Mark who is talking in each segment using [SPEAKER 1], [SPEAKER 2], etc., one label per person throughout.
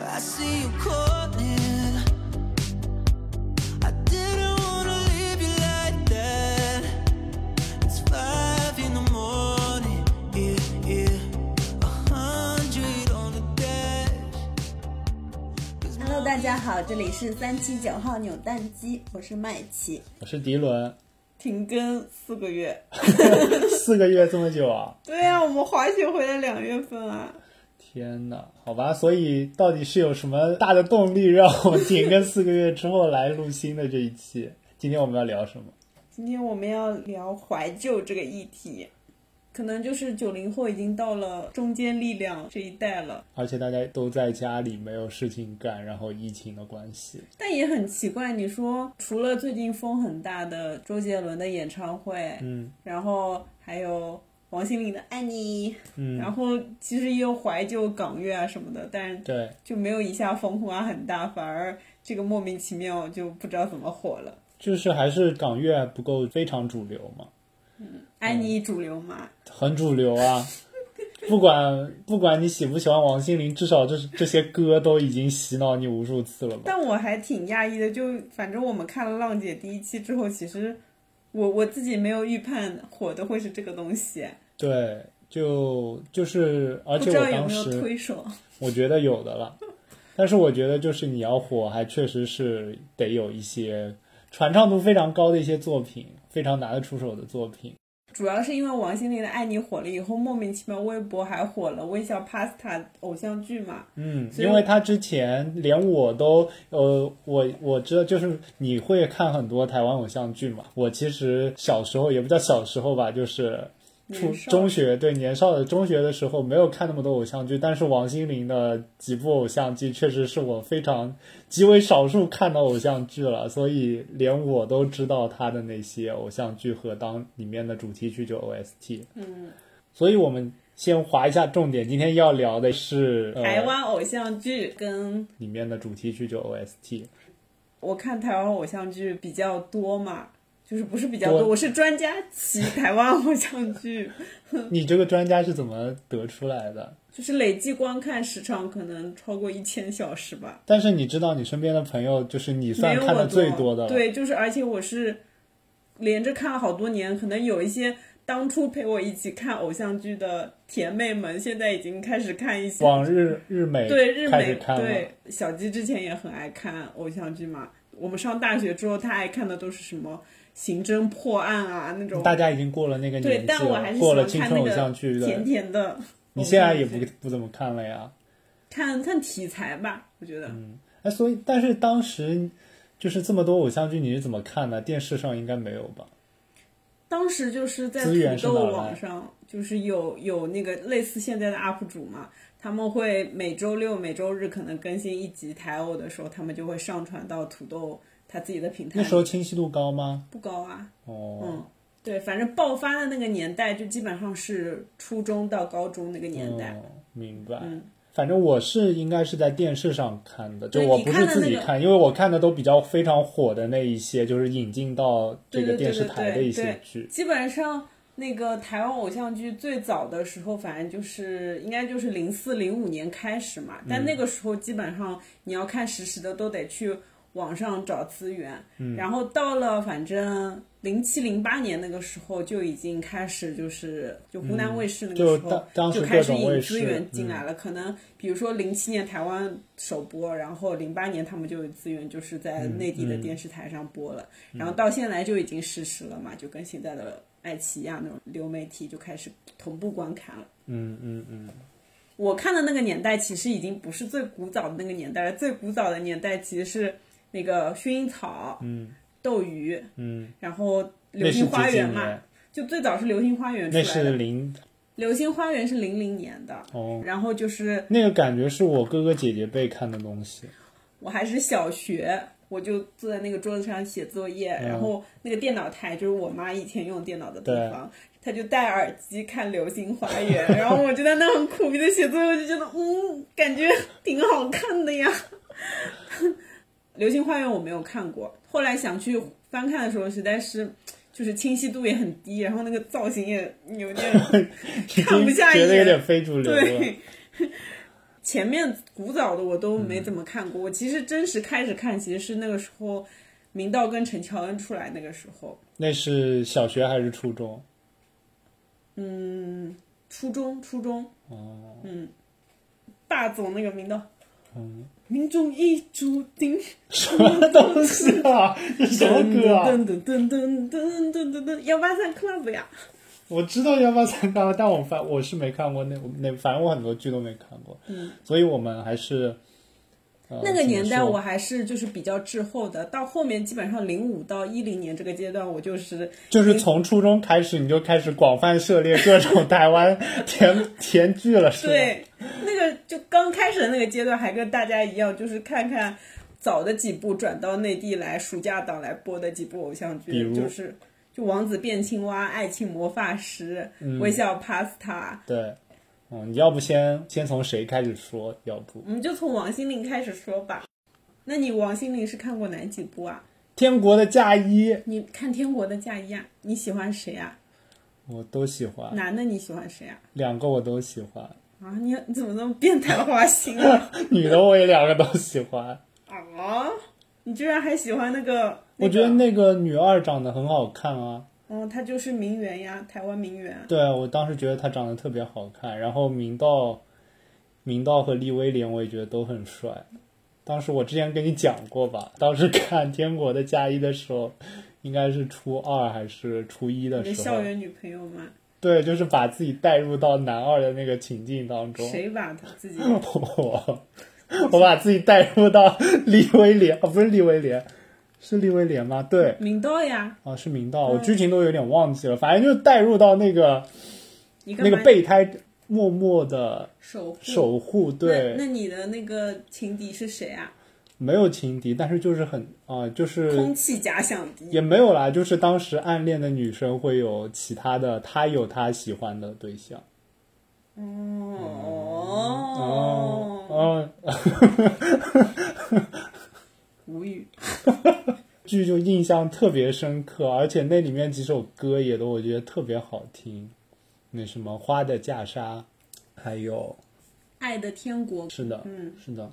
[SPEAKER 1] I see you calling. I didn't wanna leave you like that. It's five in the morning, yeah, yeah. A hundred on the dash.
[SPEAKER 2] Hello，大家好，这里是三七九号扭蛋机，我是麦琪，
[SPEAKER 3] 我是迪伦，
[SPEAKER 2] 停更四个月。
[SPEAKER 3] 四个月这么久啊！
[SPEAKER 2] 对呀、啊，我们滑雪回来两月份啊。
[SPEAKER 3] 天呐，好吧，所以到底是有什么大的动力让我们停更四个月之后来录新的这一期？ 今天我们要聊什么？
[SPEAKER 2] 今天我们要聊怀旧这个议题，可能就是九零后已经到了中坚力量这一代了，
[SPEAKER 3] 而且大家都在家里没有事情干，然后疫情的关系，
[SPEAKER 2] 但也很奇怪，你说除了最近风很大的周杰伦的演唱会，
[SPEAKER 3] 嗯
[SPEAKER 2] 然后还有王心凌的《爱你》，
[SPEAKER 3] 嗯，
[SPEAKER 2] 然后其实也有怀旧港乐啊什么的，但
[SPEAKER 3] 对，
[SPEAKER 2] 就没有一下风花很大，反而这个莫名其妙就不知道怎么火了。
[SPEAKER 3] 就是还是港乐不够非常主流嘛，嗯
[SPEAKER 2] 安妮主流嘛，
[SPEAKER 3] 很主流啊。 不管不管你喜不喜欢王心凌，至少这这些歌都已经洗脑你无数次了吧？
[SPEAKER 2] 但我还挺讶异的，就反正我们看了《浪姐》第一期之后，其实我我自己没有预判火的会是这个东西，
[SPEAKER 3] 对，就就是，而
[SPEAKER 2] 不
[SPEAKER 3] 且
[SPEAKER 2] 知
[SPEAKER 3] 我
[SPEAKER 2] 道有
[SPEAKER 3] 当
[SPEAKER 2] 没有
[SPEAKER 3] 时
[SPEAKER 2] 推手。
[SPEAKER 3] 我觉得有的了，但是我觉得就是你要火，还确实是得有一些传唱度非常高的一些作品，非常拿得出手的作品。
[SPEAKER 2] 主要是因为王心凌的《爱你》火了以后，莫名其妙微博还火了《微笑 Pasta》偶像剧嘛，
[SPEAKER 3] 嗯，
[SPEAKER 2] 所以
[SPEAKER 3] 因为他之前连我都呃，我我知道就是你会看很多台湾偶像剧嘛，我其实小时候也不叫小时候吧，就是初
[SPEAKER 2] 年少
[SPEAKER 3] 中学对年少的中学的时候没有看那么多偶像剧，但是王心凌的几部偶像剧确实是我非常极为少数看的偶像剧了，所以连我都知道她的那些偶像剧和当里面的主题曲就 OST。
[SPEAKER 2] 嗯，
[SPEAKER 3] 所以我们先划一下重点，今天要聊的是、呃、
[SPEAKER 2] 台湾偶像剧跟
[SPEAKER 3] 里面的主题曲就 OST。
[SPEAKER 2] 我看台湾偶像剧比较多嘛，就是不是比较多，
[SPEAKER 3] 多
[SPEAKER 2] 我是专家级台湾偶像剧，
[SPEAKER 3] 你这个专家是怎么得出来的？
[SPEAKER 2] 就是累计观看时长可能超过一千小时吧，
[SPEAKER 3] 但是你知道你身边的朋友就是你
[SPEAKER 2] 没
[SPEAKER 3] 算
[SPEAKER 2] 有
[SPEAKER 3] 看
[SPEAKER 2] 我
[SPEAKER 3] 的最多的了。
[SPEAKER 2] 对，就是而且我是连着看了好多年，可能有一些当初陪我一起看偶像剧的甜妹们，现在已经开始看一些
[SPEAKER 3] 往日日美
[SPEAKER 2] 对日
[SPEAKER 3] 开始
[SPEAKER 2] 美
[SPEAKER 3] 看了
[SPEAKER 2] 对，小鸡之前也很爱看偶像剧嘛。我们上大学之后，他爱看的都是什么刑侦破案啊那种。
[SPEAKER 3] 大家已经过了那个
[SPEAKER 2] 对
[SPEAKER 3] 年，纪
[SPEAKER 2] 但我
[SPEAKER 3] 了
[SPEAKER 2] 还，是喜
[SPEAKER 3] 过
[SPEAKER 2] 欢
[SPEAKER 3] 了青
[SPEAKER 2] 看
[SPEAKER 3] 春
[SPEAKER 2] 那
[SPEAKER 3] 偶像
[SPEAKER 2] 个
[SPEAKER 3] 剧
[SPEAKER 2] 甜
[SPEAKER 3] 的，
[SPEAKER 2] 甜的。
[SPEAKER 3] 你现在也不不怎么看了呀？
[SPEAKER 2] 看看题材吧，我觉得。
[SPEAKER 3] 哎，所以但是当时就是这么多偶像剧，你是怎么看的？电视上应该没有吧？
[SPEAKER 2] 当时就是在
[SPEAKER 3] 资源
[SPEAKER 2] 土
[SPEAKER 3] 是哪
[SPEAKER 2] 豆
[SPEAKER 3] 来
[SPEAKER 2] 网上，就是有有那个类似现在的 UP 主嘛，他们会每周六、每周日可能更新一集台偶的时候，他们就会上传到土豆他自己的平台。
[SPEAKER 3] 那时候清晰度高吗？
[SPEAKER 2] 不高啊，
[SPEAKER 3] 哦，
[SPEAKER 2] 嗯，对，反正爆发的那个年代就基本上是初中到高中那个年代。
[SPEAKER 3] 哦、明白。
[SPEAKER 2] 嗯
[SPEAKER 3] 反正我是应该是在电视上看的，就
[SPEAKER 2] 对
[SPEAKER 3] 我
[SPEAKER 2] 你
[SPEAKER 3] 不
[SPEAKER 2] 看
[SPEAKER 3] 是
[SPEAKER 2] 的
[SPEAKER 3] 自
[SPEAKER 2] 那
[SPEAKER 3] 己
[SPEAKER 2] 个
[SPEAKER 3] 看，因为我看的都比较非常火的那一些，就是引进到这
[SPEAKER 2] 对
[SPEAKER 3] 个
[SPEAKER 2] 对
[SPEAKER 3] 电
[SPEAKER 2] 对
[SPEAKER 3] 视
[SPEAKER 2] 对
[SPEAKER 3] 台的一些剧。
[SPEAKER 2] 基本上那个台湾偶像剧最早的时候，反正就是应该就是零四零五年开始嘛，但
[SPEAKER 3] 嗯
[SPEAKER 2] 那个时候基本上你要看实时的都得去网上找资源，
[SPEAKER 3] 嗯
[SPEAKER 2] 然后到了反正。零七零八年那个时候就已经开始，就是就湖南卫视那个
[SPEAKER 3] 嗯就
[SPEAKER 2] 时候、
[SPEAKER 3] 当当时
[SPEAKER 2] 就开
[SPEAKER 3] 各
[SPEAKER 2] 始
[SPEAKER 3] 种
[SPEAKER 2] 引
[SPEAKER 3] 卫
[SPEAKER 2] 资
[SPEAKER 3] 视嗯
[SPEAKER 2] 源进来了。可能比如说零七年台湾首播，然后零八年他们就有资源，就是在
[SPEAKER 3] 嗯
[SPEAKER 2] 内地的电视台上播了。然后到现在就已经实时了嘛，就跟现在的爱奇艺啊那种流媒体就开始同步观看了。
[SPEAKER 3] 嗯嗯嗯，
[SPEAKER 2] 我看的那个年代其实已经不是最古早的那个年代了，最古早的年代其实是那个薰衣草、
[SPEAKER 3] 嗯
[SPEAKER 2] 斗鱼，
[SPEAKER 3] 嗯，
[SPEAKER 2] 然后流
[SPEAKER 3] 那是
[SPEAKER 2] 星
[SPEAKER 3] 几
[SPEAKER 2] 花
[SPEAKER 3] 几
[SPEAKER 2] 园
[SPEAKER 3] 年？
[SPEAKER 2] 嘛，就最早是流星花园出
[SPEAKER 3] 那
[SPEAKER 2] 来
[SPEAKER 3] 是
[SPEAKER 2] 的。
[SPEAKER 3] 零
[SPEAKER 2] 流星花园是零零年的，
[SPEAKER 3] 哦，
[SPEAKER 2] 然后就是
[SPEAKER 3] 那个感觉是我哥哥姐姐辈看的东 西。
[SPEAKER 2] 我还是小学，我就坐在那个桌子上写作业，然后那个电脑台就是我妈以前用电脑的地方，她就戴耳机看《流星花园》， 然后我就在那很苦逼的写作业，我就觉得嗯，感觉挺好看的呀。《流星花园》我没有看过，后来想去翻看的时候，实在是。就是清晰度也很低，然后那个造型也有点
[SPEAKER 3] 已
[SPEAKER 2] 看不
[SPEAKER 3] 经
[SPEAKER 2] 下
[SPEAKER 3] 觉得
[SPEAKER 2] 眼
[SPEAKER 3] 有点非主流了。
[SPEAKER 2] 对，前面古早的我都没怎么看过，我其实真实开始看其实是那个时候明道跟陈乔恩出来那个时候，
[SPEAKER 3] 那是小学还是初中？
[SPEAKER 2] 嗯，初中初中，
[SPEAKER 3] 哦
[SPEAKER 2] 嗯，霸总那个明道，
[SPEAKER 3] 嗯，
[SPEAKER 2] 命中已注定。
[SPEAKER 3] 什么东西啊？这什么歌啊？
[SPEAKER 2] 噔噔噔噔噔噔噔噔，幺八三 club 呀！
[SPEAKER 3] 我知道幺八三八，但我反我是没看过那那，反正我很多剧都没看过，
[SPEAKER 2] 嗯，
[SPEAKER 3] 所以我们还是、呃
[SPEAKER 2] 那个年代
[SPEAKER 3] 怎么
[SPEAKER 2] 我
[SPEAKER 3] 说
[SPEAKER 2] 还是就是比较滞后的，到后面基本上零五到一零年这个阶段，我就是
[SPEAKER 3] 就是从初中开始你就开始广泛涉猎各种台湾甜甜剧了，是吧？
[SPEAKER 2] 对那个就刚开始的那个阶段，还跟大家一样，就是看看早的几部转到内地来暑假档来播的几部偶像
[SPEAKER 3] 比
[SPEAKER 2] 剧，
[SPEAKER 3] 如
[SPEAKER 2] 就是就《王子变青蛙》《爱情魔法师》
[SPEAKER 3] 嗯
[SPEAKER 2] 微笑 Pasta》，
[SPEAKER 3] 对，嗯，你要不先先从谁开始说？要不《
[SPEAKER 2] 我们就从王心凌开始说吧。那你王心凌是看过哪几部啊？
[SPEAKER 3] 天国的嫁衣》
[SPEAKER 2] 你看《天国的嫁衣》啊，你喜欢谁啊？
[SPEAKER 3] 我都喜欢，
[SPEAKER 2] 男的你喜欢谁啊？
[SPEAKER 3] 两个我都喜欢，
[SPEAKER 2] 啊，你你怎么那么变态花心啊？
[SPEAKER 3] 女的我也两个都喜欢。
[SPEAKER 2] 啊，你居然还喜欢那个？
[SPEAKER 3] 我觉得
[SPEAKER 2] 那个，
[SPEAKER 3] 那个女二长得很好看啊，
[SPEAKER 2] 嗯，他就是名媛呀，台湾名媛。啊
[SPEAKER 3] 对啊我当时觉得她长得特别好看，然后明道、明道和利威廉我也觉得都很帅。当时我之前跟你讲过吧，当时看《天国的嫁衣》的时候，应该是初二还是初一
[SPEAKER 2] 你
[SPEAKER 3] 的
[SPEAKER 2] 的
[SPEAKER 3] 时
[SPEAKER 2] 校
[SPEAKER 3] 候，
[SPEAKER 2] 园女朋友吗？
[SPEAKER 3] 对，就是把自己带入到男二的那个情境当中。
[SPEAKER 2] 谁把他自 己？
[SPEAKER 3] 我 我把自己带入到利威廉，啊，不是利威廉，是利威廉吗？对，
[SPEAKER 2] 明道呀，
[SPEAKER 3] 啊，是明道，我剧情都有点忘记了，反正就带入到那个
[SPEAKER 2] 你干
[SPEAKER 3] 那
[SPEAKER 2] 嘛
[SPEAKER 3] 个备胎默默的
[SPEAKER 2] 守护
[SPEAKER 3] 守护，
[SPEAKER 2] 那。
[SPEAKER 3] 嗯对，
[SPEAKER 2] 那你的那个情敌是谁啊？
[SPEAKER 3] 没有情敌，但是就是很啊、就是
[SPEAKER 2] 空气假想敌。
[SPEAKER 3] 也没有啦，就是当时暗恋的女生会有其他的，她有她喜欢的对象。嗯哦
[SPEAKER 2] 哦，
[SPEAKER 3] 哦，
[SPEAKER 2] 无语。
[SPEAKER 3] 剧就印象特别深刻，而且那里面几首歌也都我觉得特别好听，那什么《花的嫁纱》，还有
[SPEAKER 2] 爱的天国
[SPEAKER 3] 是的，
[SPEAKER 2] 嗯，
[SPEAKER 3] 是的，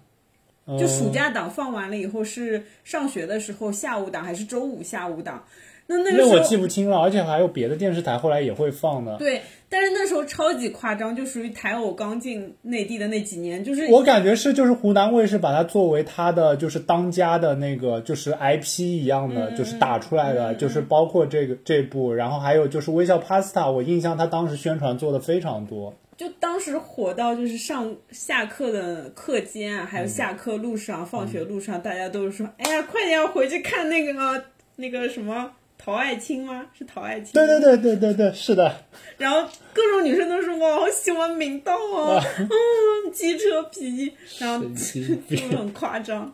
[SPEAKER 2] 就暑
[SPEAKER 3] 嗯
[SPEAKER 2] 假档放完了以后是上学的时候下午档还是周五下午档？那那个
[SPEAKER 3] 那我
[SPEAKER 2] 时
[SPEAKER 3] 记
[SPEAKER 2] 候
[SPEAKER 3] 不清了，而且还有别的电视台后来也会放的。
[SPEAKER 2] 对，但是那时候超级夸张，就属于台偶刚进内地的那几年，就是
[SPEAKER 3] 我感觉是，就是湖南卫视把它作为它的就是当家的那个就是 IP 一样的，
[SPEAKER 2] 嗯
[SPEAKER 3] 就是打出来的，就是包括这个这部，然后还有就是微笑 Pasta，我印象它当时宣传做的非常多。
[SPEAKER 2] 就当时火到就是上下课的课间啊，还有下课路上、放学路上，大家都是说，哎呀，快点要回去看那个那个什么。陶爱卿吗？是陶爱卿。
[SPEAKER 3] 对对。对对对对，是的，
[SPEAKER 2] 然后各种女生都说：“哇，好喜欢明道 啊，嗯，机车皮。”然后
[SPEAKER 3] 神经
[SPEAKER 2] 就
[SPEAKER 3] 病。
[SPEAKER 2] 很夸张。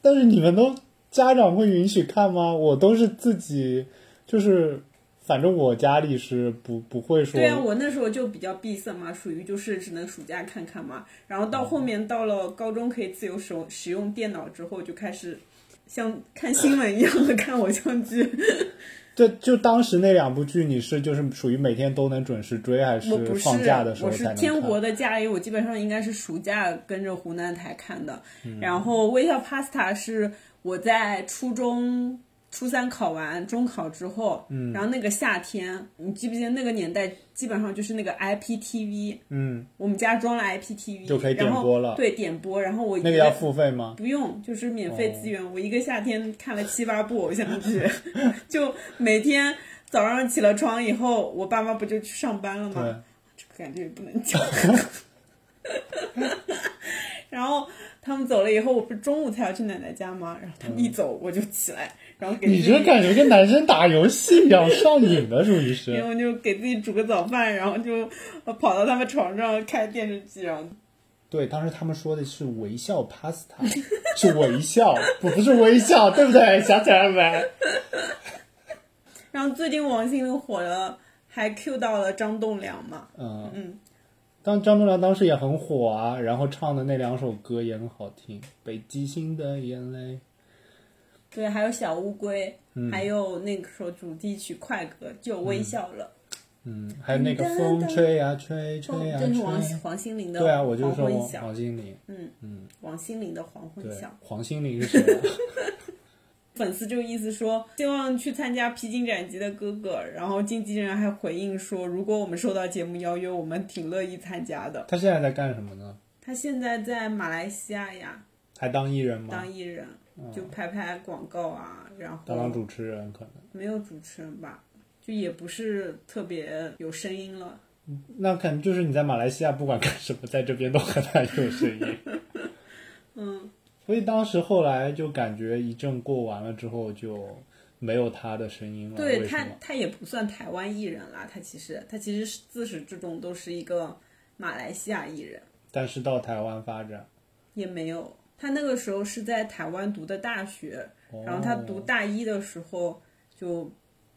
[SPEAKER 3] 但是你们都家长会允许看吗？我都是自己，就是反正我家里是不不会说
[SPEAKER 2] 对啊，我那时候就比较闭塞嘛，属于就是只能暑假看看嘛。然后到后面到了高中可以自由使用使用电脑之后，就开始像看新闻一样的看偶像 剧。
[SPEAKER 3] 对，就当时那两部剧，你是就是属于每天都能准时追，还
[SPEAKER 2] 我不是，
[SPEAKER 3] 放假的时候
[SPEAKER 2] 我
[SPEAKER 3] 才
[SPEAKER 2] 是
[SPEAKER 3] 能看？
[SPEAKER 2] 天国的嫁衣，我基本上应该是暑假跟着湖南台看的。
[SPEAKER 3] 嗯
[SPEAKER 2] 然后微笑 Pasta 是我在初中。初三考完中考之后，嗯，然后那个夏天，你记不记得那个年代基本上就是那个 IPTV，
[SPEAKER 3] 嗯，
[SPEAKER 2] 我们家装了 IPTV，
[SPEAKER 3] 就可以点播了
[SPEAKER 2] 然后对，点播，然后我
[SPEAKER 3] 那个要付哦费吗？
[SPEAKER 2] 不用，就是免费资源。我一个夏天看了七八部偶像 剧，就每天早上起了床以后，我爸妈不就去上班了
[SPEAKER 3] 对
[SPEAKER 2] 吗？，这个感觉也不能讲。 然后他们走了以后，我不是中午才要去奶奶家吗？然后他们一走，我就起来，然后给
[SPEAKER 3] 你
[SPEAKER 2] 自己
[SPEAKER 3] 这感觉跟男生打游戏一样上瘾的，属于
[SPEAKER 2] 然
[SPEAKER 3] 是。
[SPEAKER 2] 后就给自己煮个早饭，然后就跑到他们床上看电视剧，然后
[SPEAKER 3] 对，当时他们说的是微笑 pasta，是微笑，不不是微笑，对不对？想起来没？
[SPEAKER 2] 然后最近王心凌火了，还 Q 到了张栋梁嘛？
[SPEAKER 3] 嗯
[SPEAKER 2] 嗯。
[SPEAKER 3] 当张栋梁当时也很火啊，然后唱的那两首歌也很好听，《北极星的眼泪》。
[SPEAKER 2] 对，
[SPEAKER 3] 嗯
[SPEAKER 2] 还有小乌龟，还有那首主题曲《快歌》就微笑了。
[SPEAKER 3] 嗯，还有那个风吹呀、吹吹呀、
[SPEAKER 2] 这是
[SPEAKER 3] 吹
[SPEAKER 2] 王
[SPEAKER 3] 啊，
[SPEAKER 2] 王心凌的
[SPEAKER 3] 对啊，我就是
[SPEAKER 2] 黄
[SPEAKER 3] 说
[SPEAKER 2] 昏
[SPEAKER 3] 王
[SPEAKER 2] 响，
[SPEAKER 3] 王心凌，
[SPEAKER 2] 嗯
[SPEAKER 3] 嗯，
[SPEAKER 2] 王心凌的黄昏
[SPEAKER 3] 对
[SPEAKER 2] 响。，
[SPEAKER 3] 黄心凌是谁啊？
[SPEAKER 2] 粉丝就意思说，希望去参加披荆斩棘的哥哥。然后经纪人还回应说，如果我们收到节目邀约，我们挺乐意参加的。
[SPEAKER 3] 他现在在干什么呢？
[SPEAKER 2] 他现在在马来西亚呀
[SPEAKER 3] 还当艺人吗
[SPEAKER 2] 当？艺人，就拍拍广告啊，然
[SPEAKER 3] 嗯当当
[SPEAKER 2] 后
[SPEAKER 3] 主持人可能，
[SPEAKER 2] 没有主持人吧，就也不是特别有声音了。
[SPEAKER 3] 啊那可能就是你在马来西亚不管干什么，在这边都很难有声音。
[SPEAKER 2] 嗯，
[SPEAKER 3] 所以当时后来就感觉一阵过完了之后就没有他的声音了。
[SPEAKER 2] 对
[SPEAKER 3] 为什
[SPEAKER 2] 他
[SPEAKER 3] 么？，
[SPEAKER 2] 他也不算台湾艺人啦，他其实他其实是自始至终都是一个马来西亚艺人。
[SPEAKER 3] 但是到台湾发展，
[SPEAKER 2] 也没有。他那个时候是在台湾读的大学，
[SPEAKER 3] 哦
[SPEAKER 2] 然后他读大一的时候就，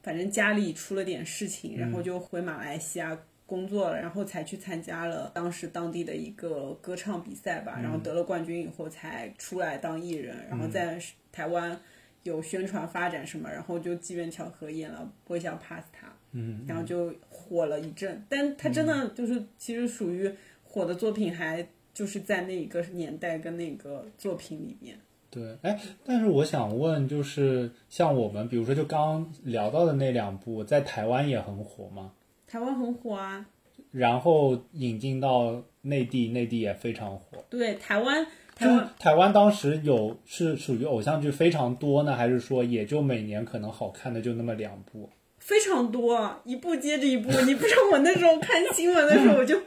[SPEAKER 2] 反正家里出了点事情，然后就回马来西亚工作了，然后才去参加了当时当地的一个歌唱比赛吧，然后得了冠军以后才出来当艺人，然后在台湾有宣传发展什么，然后就机缘巧合演了《我想 Pass 他》。
[SPEAKER 3] 嗯，
[SPEAKER 2] 然后就火了一阵。但他真的就是其实属于火的作品，还就是在那一个年代跟那个作品里面。
[SPEAKER 3] 对，哎，但是我想问，就是像我们，比如说就刚聊到的那两部，在台湾也很火嘛，
[SPEAKER 2] 台湾很火啊，
[SPEAKER 3] 然后引进到内地，内地也非常火。
[SPEAKER 2] 对台湾，台
[SPEAKER 3] 就
[SPEAKER 2] 湾
[SPEAKER 3] 台湾当时有是属于偶像剧非常多呢，还是说也就每年可能好看的就那么两部？
[SPEAKER 2] 非常多，一部接着一部。你不知道我那时候看新闻的时候，我就。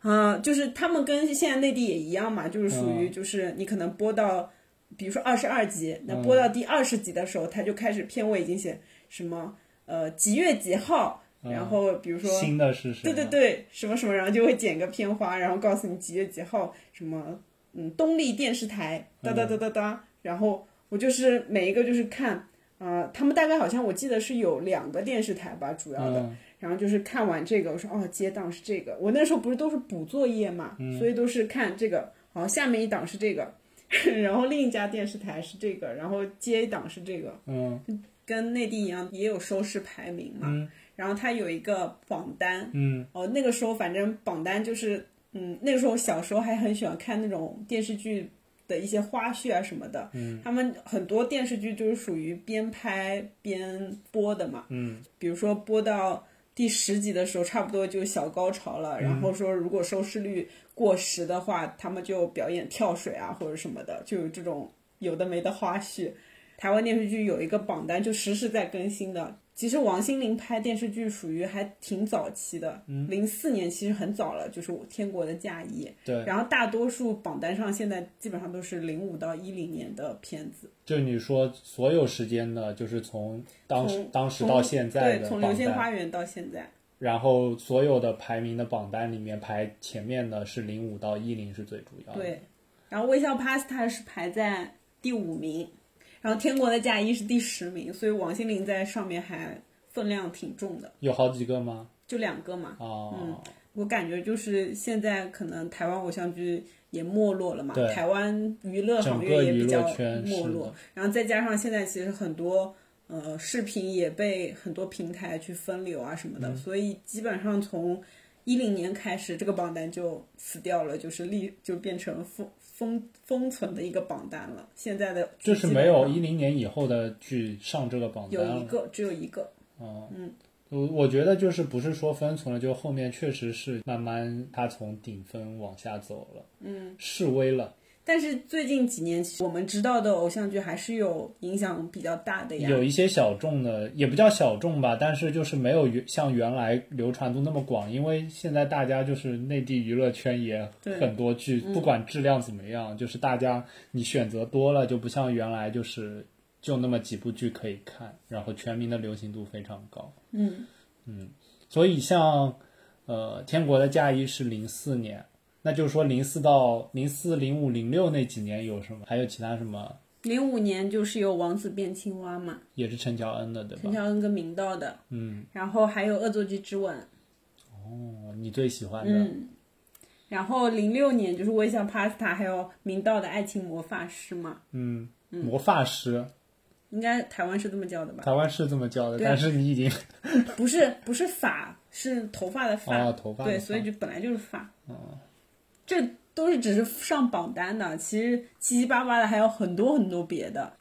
[SPEAKER 2] 啊，就是他们跟现在内地也一样嘛，就是属于就是你可能播到，比如说二十二集，那播到第二十集的时候，他就开始片尾已经写什么呃几月几号，然后比如说
[SPEAKER 3] 新的是谁
[SPEAKER 2] 对
[SPEAKER 3] 呢？
[SPEAKER 2] 对对，什么什么，然后就会剪个片花，然后告诉你几月几号，什么嗯，东立电视台，哒
[SPEAKER 3] 嗯
[SPEAKER 2] 哒哒哒哒。然后我就是每一个就是看，呃，他们大概好像我记得是有两个电视台吧，主要的。
[SPEAKER 3] 嗯
[SPEAKER 2] 然后就是看完这个，我说哦，接档是这个。我那时候不是都是补作业嘛，所以都是看这个。好，下面一档是这个， 然后另一家电视台是这个，然后接一档是这个。
[SPEAKER 3] 嗯
[SPEAKER 2] 跟内地一样，也有收视排名嘛。
[SPEAKER 3] 嗯
[SPEAKER 2] 然后它有一个榜单，
[SPEAKER 3] 嗯
[SPEAKER 2] 哦，那个时候反正榜单就是，嗯，那个时候小时候还很喜欢看那种电视剧的一些花絮啊什么的。嗯，他们很多电视剧就是属于边拍边播的嘛。
[SPEAKER 3] 嗯，
[SPEAKER 2] 比如说播到第十集的时候，差不多就小高潮了。然
[SPEAKER 3] 嗯
[SPEAKER 2] 后说，如果收视率过十的话，他们就表演跳水啊或者什么的，就有这种有的没的花絮。台湾电视剧有一个榜单，就实时在更新的。其实王心凌拍电视剧属于还挺早期的，
[SPEAKER 3] 嗯
[SPEAKER 2] 零四、年其实很早了，就是《天国的嫁衣》。
[SPEAKER 3] 对。
[SPEAKER 2] 然后大多数榜单上现在基本上都是零五到一零年的片子。
[SPEAKER 3] 就你说所有时间的，就是从当时
[SPEAKER 2] 从
[SPEAKER 3] 当时
[SPEAKER 2] 从
[SPEAKER 3] 到现在
[SPEAKER 2] 对，
[SPEAKER 3] 的
[SPEAKER 2] 从
[SPEAKER 3] 榜
[SPEAKER 2] 《流星花
[SPEAKER 3] 单，
[SPEAKER 2] 园》到现在，
[SPEAKER 3] 然后所有的排名的榜单里面排前面的是零五到一零是最主要的。
[SPEAKER 2] 对。然后《微笑 Pasta》是排在第五名，然后《天国的嫁衣》是第十名，所以王心凌在上面还分量挺重的，
[SPEAKER 3] 有好几个吗？
[SPEAKER 2] 就两个嘛。
[SPEAKER 3] 哦，
[SPEAKER 2] 嗯我感觉就是现在可能台湾偶像剧也没落了嘛
[SPEAKER 3] 对，
[SPEAKER 2] 台湾娱乐行业
[SPEAKER 3] 整个
[SPEAKER 2] 也比较
[SPEAKER 3] 娱乐圈
[SPEAKER 2] 没
[SPEAKER 3] 是的
[SPEAKER 2] 落，然后再加上现在其实很多呃视频也被很多平台去分流啊什么的，
[SPEAKER 3] 嗯
[SPEAKER 2] 所以基本上从一零年开始，这个榜单就死掉了，就是立就变成封封封存的一个榜单了。现在的剧
[SPEAKER 3] 就是
[SPEAKER 2] 基本
[SPEAKER 3] 没有
[SPEAKER 2] 上
[SPEAKER 3] 一零年以后的剧上这个榜单
[SPEAKER 2] 有
[SPEAKER 3] 了。
[SPEAKER 2] 一个只有一个，
[SPEAKER 3] 我嗯我觉得就是不是说分层了，就后面确实是慢慢它从顶峰往下走了，嗯，示威了，
[SPEAKER 2] 但是最近几年其实我们知道的偶像剧还是有影响比较大的呀，
[SPEAKER 3] 有一些小众的，也不叫小众吧，但是就是没有原像原来流传度那么广，因为现在大家就是内地娱乐圈也
[SPEAKER 2] 对嗯
[SPEAKER 3] 很多剧，不管质量怎么样，就是大家你选择多了，就不像原来就是就那么几部剧可以看，然后全民的流行度非常高。
[SPEAKER 2] 嗯。
[SPEAKER 3] 所以像呃《天国的嫁衣》是零四年，那就是说零四到零四、零五、零六那几年有什么？还有其他什么？
[SPEAKER 2] 零五年就是有《王子变青蛙》嘛，
[SPEAKER 3] 也是陈乔恩的，对
[SPEAKER 2] 陈
[SPEAKER 3] 吧？
[SPEAKER 2] 乔恩跟明道的，
[SPEAKER 3] 嗯，
[SPEAKER 2] 然后还有《恶作剧之吻》，
[SPEAKER 3] 哦，你最喜欢的，
[SPEAKER 2] 嗯，然后零六年就是《微笑 Pasta》，还有明道的《爱情魔法师》嘛，
[SPEAKER 3] 嗯，魔法师，
[SPEAKER 2] 应该台湾是这么叫的吧？
[SPEAKER 3] 台湾是这么叫的，
[SPEAKER 2] 对啊
[SPEAKER 3] 但是你已经
[SPEAKER 2] 不是，不是法，是头发的发，
[SPEAKER 3] 啊，头发哦
[SPEAKER 2] 对，
[SPEAKER 3] 的
[SPEAKER 2] 所以
[SPEAKER 3] 发
[SPEAKER 2] 就本来就是发。这都是只是上榜单的，其实七七八八的还有很多很多别的。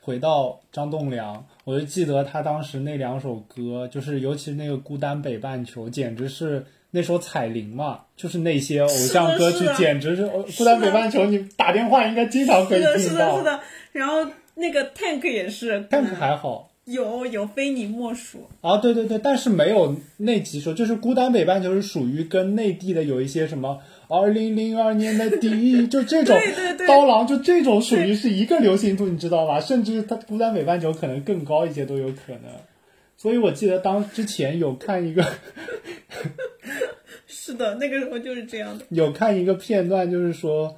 [SPEAKER 3] 回到张栋梁，我就记得他当时那两首歌，就是尤其那个《孤单北半球》，简直是那时候彩铃嘛，就是那些偶像歌曲
[SPEAKER 2] 是的，
[SPEAKER 3] 简直是《孤单北半球》，你打电话应该经常可
[SPEAKER 2] 是
[SPEAKER 3] 以
[SPEAKER 2] 的，是
[SPEAKER 3] 听
[SPEAKER 2] 的，
[SPEAKER 3] 到
[SPEAKER 2] 是。的。然后那个 Tank 也是，嗯
[SPEAKER 3] 但是还好
[SPEAKER 2] 有有非你莫属。
[SPEAKER 3] 啊，对对对，但是没有那几首，就是《孤单北半球》是属于跟内地的有一些什么。二零零二年的第一， 就这种
[SPEAKER 2] 对对对
[SPEAKER 3] 刀郎，就这种属于是一个流行度，你知道吧？甚至它《孤单北半球》可能更高一些都有可能。所以我记得当之前有看一个
[SPEAKER 2] 是的，那个时候就是这样的。
[SPEAKER 3] 有看一个片段，就是说，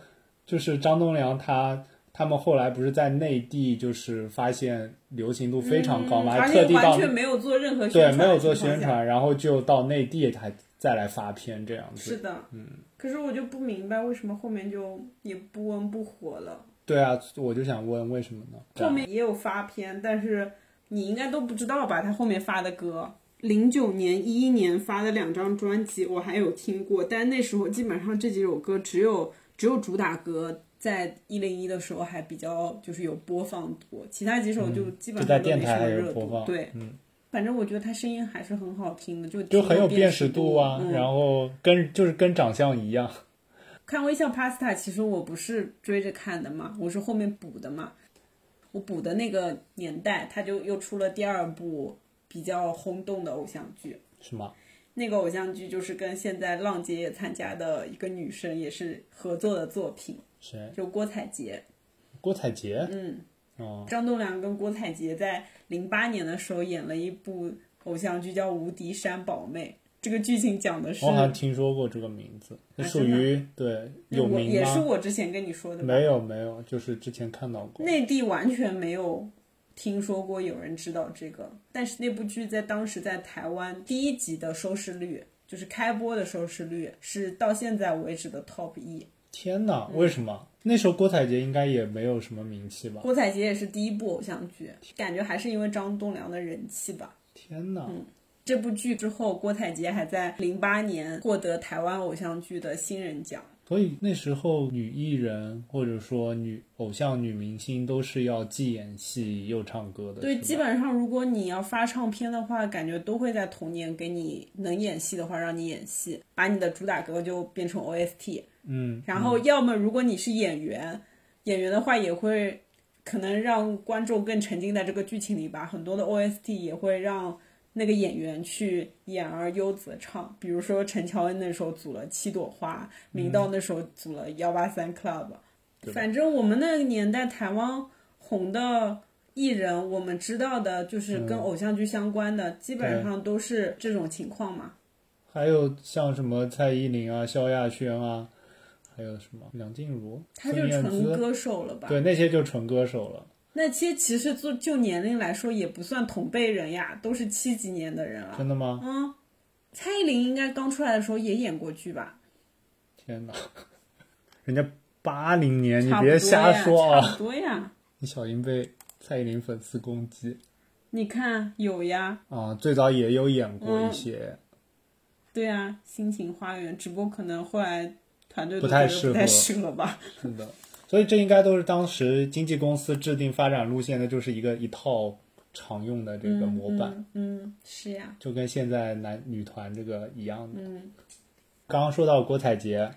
[SPEAKER 3] 就是张栋梁他他们后来不是在内地就是发现流行度非常高
[SPEAKER 2] 嗯
[SPEAKER 3] 嘛，
[SPEAKER 2] 而
[SPEAKER 3] 还
[SPEAKER 2] 且
[SPEAKER 3] 特地
[SPEAKER 2] 完
[SPEAKER 3] 到
[SPEAKER 2] 全没有做任何宣
[SPEAKER 3] 对
[SPEAKER 2] 传，
[SPEAKER 3] 没有做
[SPEAKER 2] 啊
[SPEAKER 3] 宣。传，然后就到内地才再来发片这样
[SPEAKER 2] 是
[SPEAKER 3] 子。
[SPEAKER 2] 的，嗯。可是我就不明白为什么后面就也不温不火了，
[SPEAKER 3] 对啊，我就想问为什么呢？对啊
[SPEAKER 2] 后面也有发片，但是你应该都不知道吧？他后面发的歌。零九年、一一年发的两张专辑，我还有听过，但那时候基本上这几首歌只有只有主打歌在一零一的时候还比较就是有播放度，其他几首就基本
[SPEAKER 3] 啊
[SPEAKER 2] 上
[SPEAKER 3] 就在
[SPEAKER 2] 都
[SPEAKER 3] 电
[SPEAKER 2] 没什
[SPEAKER 3] 台
[SPEAKER 2] 么
[SPEAKER 3] 还
[SPEAKER 2] 热
[SPEAKER 3] 有
[SPEAKER 2] 度。
[SPEAKER 3] 播放，
[SPEAKER 2] 对，
[SPEAKER 3] 嗯，
[SPEAKER 2] 反正我觉得他声音还是很好听的，就
[SPEAKER 3] 就
[SPEAKER 2] 挺
[SPEAKER 3] 很有
[SPEAKER 2] 辨
[SPEAKER 3] 辨识
[SPEAKER 2] 度
[SPEAKER 3] 度啊，
[SPEAKER 2] 嗯、
[SPEAKER 3] 然后跟就是跟长相一样，
[SPEAKER 2] 看《微笑 Pasta》，其实我不是追着看的嘛，我是后面补的嘛。我补的那个年代，他就又出了第二部比较轰动的偶像剧。
[SPEAKER 3] 是吗？
[SPEAKER 2] 那个偶像剧就是跟现在浪姐也参加的一个女生也是合作的作品，
[SPEAKER 3] 谁？
[SPEAKER 2] 就郭采洁。
[SPEAKER 3] 郭采洁？
[SPEAKER 2] 嗯，
[SPEAKER 3] 哦，
[SPEAKER 2] 张栋梁跟郭采洁在零八年的时候演了一部偶像剧叫《无敌山宝妹》，这个剧情讲的是
[SPEAKER 3] 我好像听说过这个名字，
[SPEAKER 2] 啊嗯
[SPEAKER 3] 属于对有
[SPEAKER 2] 我
[SPEAKER 3] 名吗？
[SPEAKER 2] 也是我之前跟你说的吧，
[SPEAKER 3] 没有没有，就是之前看到过。
[SPEAKER 2] 内地完全没有听说过有人知道这个，但是那部剧在当时在台湾第一集的收视率，就是开播的收视率是到现在为止的 top 一。
[SPEAKER 3] 天哪，为什么？那时候郭采洁应该也没有什么名气吧？
[SPEAKER 2] 郭采洁也是第一部偶像剧，感觉还是因为张栋梁的人气吧。
[SPEAKER 3] 天哪，
[SPEAKER 2] 这部剧之后，郭采洁还在零八年获得台湾偶像剧的新人奖。
[SPEAKER 3] 所以那时候女艺人或者说女偶像、女明星都是要既演戏又唱歌的，
[SPEAKER 2] 对，
[SPEAKER 3] 是吧
[SPEAKER 2] 基本上如果你要发唱片的话，感觉都会在同年给你能演戏的话让你演戏，把你的主打歌就变成 OST。
[SPEAKER 3] 嗯，
[SPEAKER 2] 然后要么如果你是演员，演员的话也会可能让观众更沉浸在这个剧情里吧。很多的 OST 也会让那个演员去演而优则唱，比如说陈乔恩那时候组了七朵花，明道那时候组了幺八三 club，
[SPEAKER 3] 嗯对
[SPEAKER 2] 反正我们那个年代台湾红的。艺人我们知道的，就是跟偶像剧相关的，基本
[SPEAKER 3] 嗯对
[SPEAKER 2] 上都是这种情况嘛。
[SPEAKER 3] 还有像什么蔡依林啊、萧亚轩啊，还有什么梁静茹、
[SPEAKER 2] 他
[SPEAKER 3] 孙
[SPEAKER 2] 就
[SPEAKER 3] 燕
[SPEAKER 2] 纯
[SPEAKER 3] 姿，
[SPEAKER 2] 歌手了吧？
[SPEAKER 3] 对那些就纯歌手了。
[SPEAKER 2] 那些其实就就年龄来说也不算同辈人呀，都是七几年的人了。
[SPEAKER 3] 真的吗？
[SPEAKER 2] 嗯，蔡依林应该刚出来的时候也演过剧吧？
[SPEAKER 3] 天哪， 人家八零年，你
[SPEAKER 2] 差不多
[SPEAKER 3] 别
[SPEAKER 2] 呀，
[SPEAKER 3] 瞎说啊！
[SPEAKER 2] 差不多呀。
[SPEAKER 3] 你小心被蔡依林粉丝攻击
[SPEAKER 2] 你看有呀，
[SPEAKER 3] 啊！最早也有演过一
[SPEAKER 2] 嗯
[SPEAKER 3] 些，
[SPEAKER 2] 对呀，《心情花园》，只不过可能后来团队都
[SPEAKER 3] 不太
[SPEAKER 2] 觉得不
[SPEAKER 3] 适合
[SPEAKER 2] 太适合吧。
[SPEAKER 3] 是的。所以这应该都是当时经纪公司制定发展路线的，就是一个一套常用的这个模板，
[SPEAKER 2] 嗯嗯，是呀，
[SPEAKER 3] 就跟现在男女团这个一样的。
[SPEAKER 2] 嗯。
[SPEAKER 3] 刚刚说到郭采洁，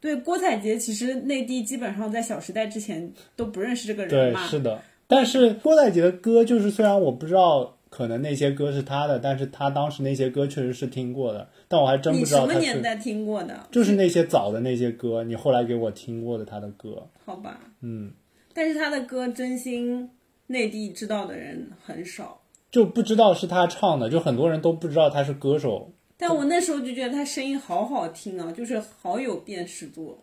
[SPEAKER 2] 对郭采洁，其实内地基本上在《小时代》之前都不认识这个人
[SPEAKER 3] 对，
[SPEAKER 2] 嘛。
[SPEAKER 3] 是的。但是郭采洁的歌，就是虽然我不知道可能那些歌是她的，但是她当时那些歌确实是听过的，但我还真
[SPEAKER 2] 你
[SPEAKER 3] 不知
[SPEAKER 2] 什
[SPEAKER 3] 道
[SPEAKER 2] 么
[SPEAKER 3] 她
[SPEAKER 2] 年
[SPEAKER 3] 是。
[SPEAKER 2] 代听过的？
[SPEAKER 3] 就是那些早的那些歌，你后来给我听过的她的歌，
[SPEAKER 2] 好吧，
[SPEAKER 3] 嗯，
[SPEAKER 2] 但是他的歌真心内地知道的人很少。
[SPEAKER 3] 就不知道是她唱的，就很多人都不知道她是歌手，
[SPEAKER 2] 但我那时候就觉得他声音好好听啊，就是好有辨识度。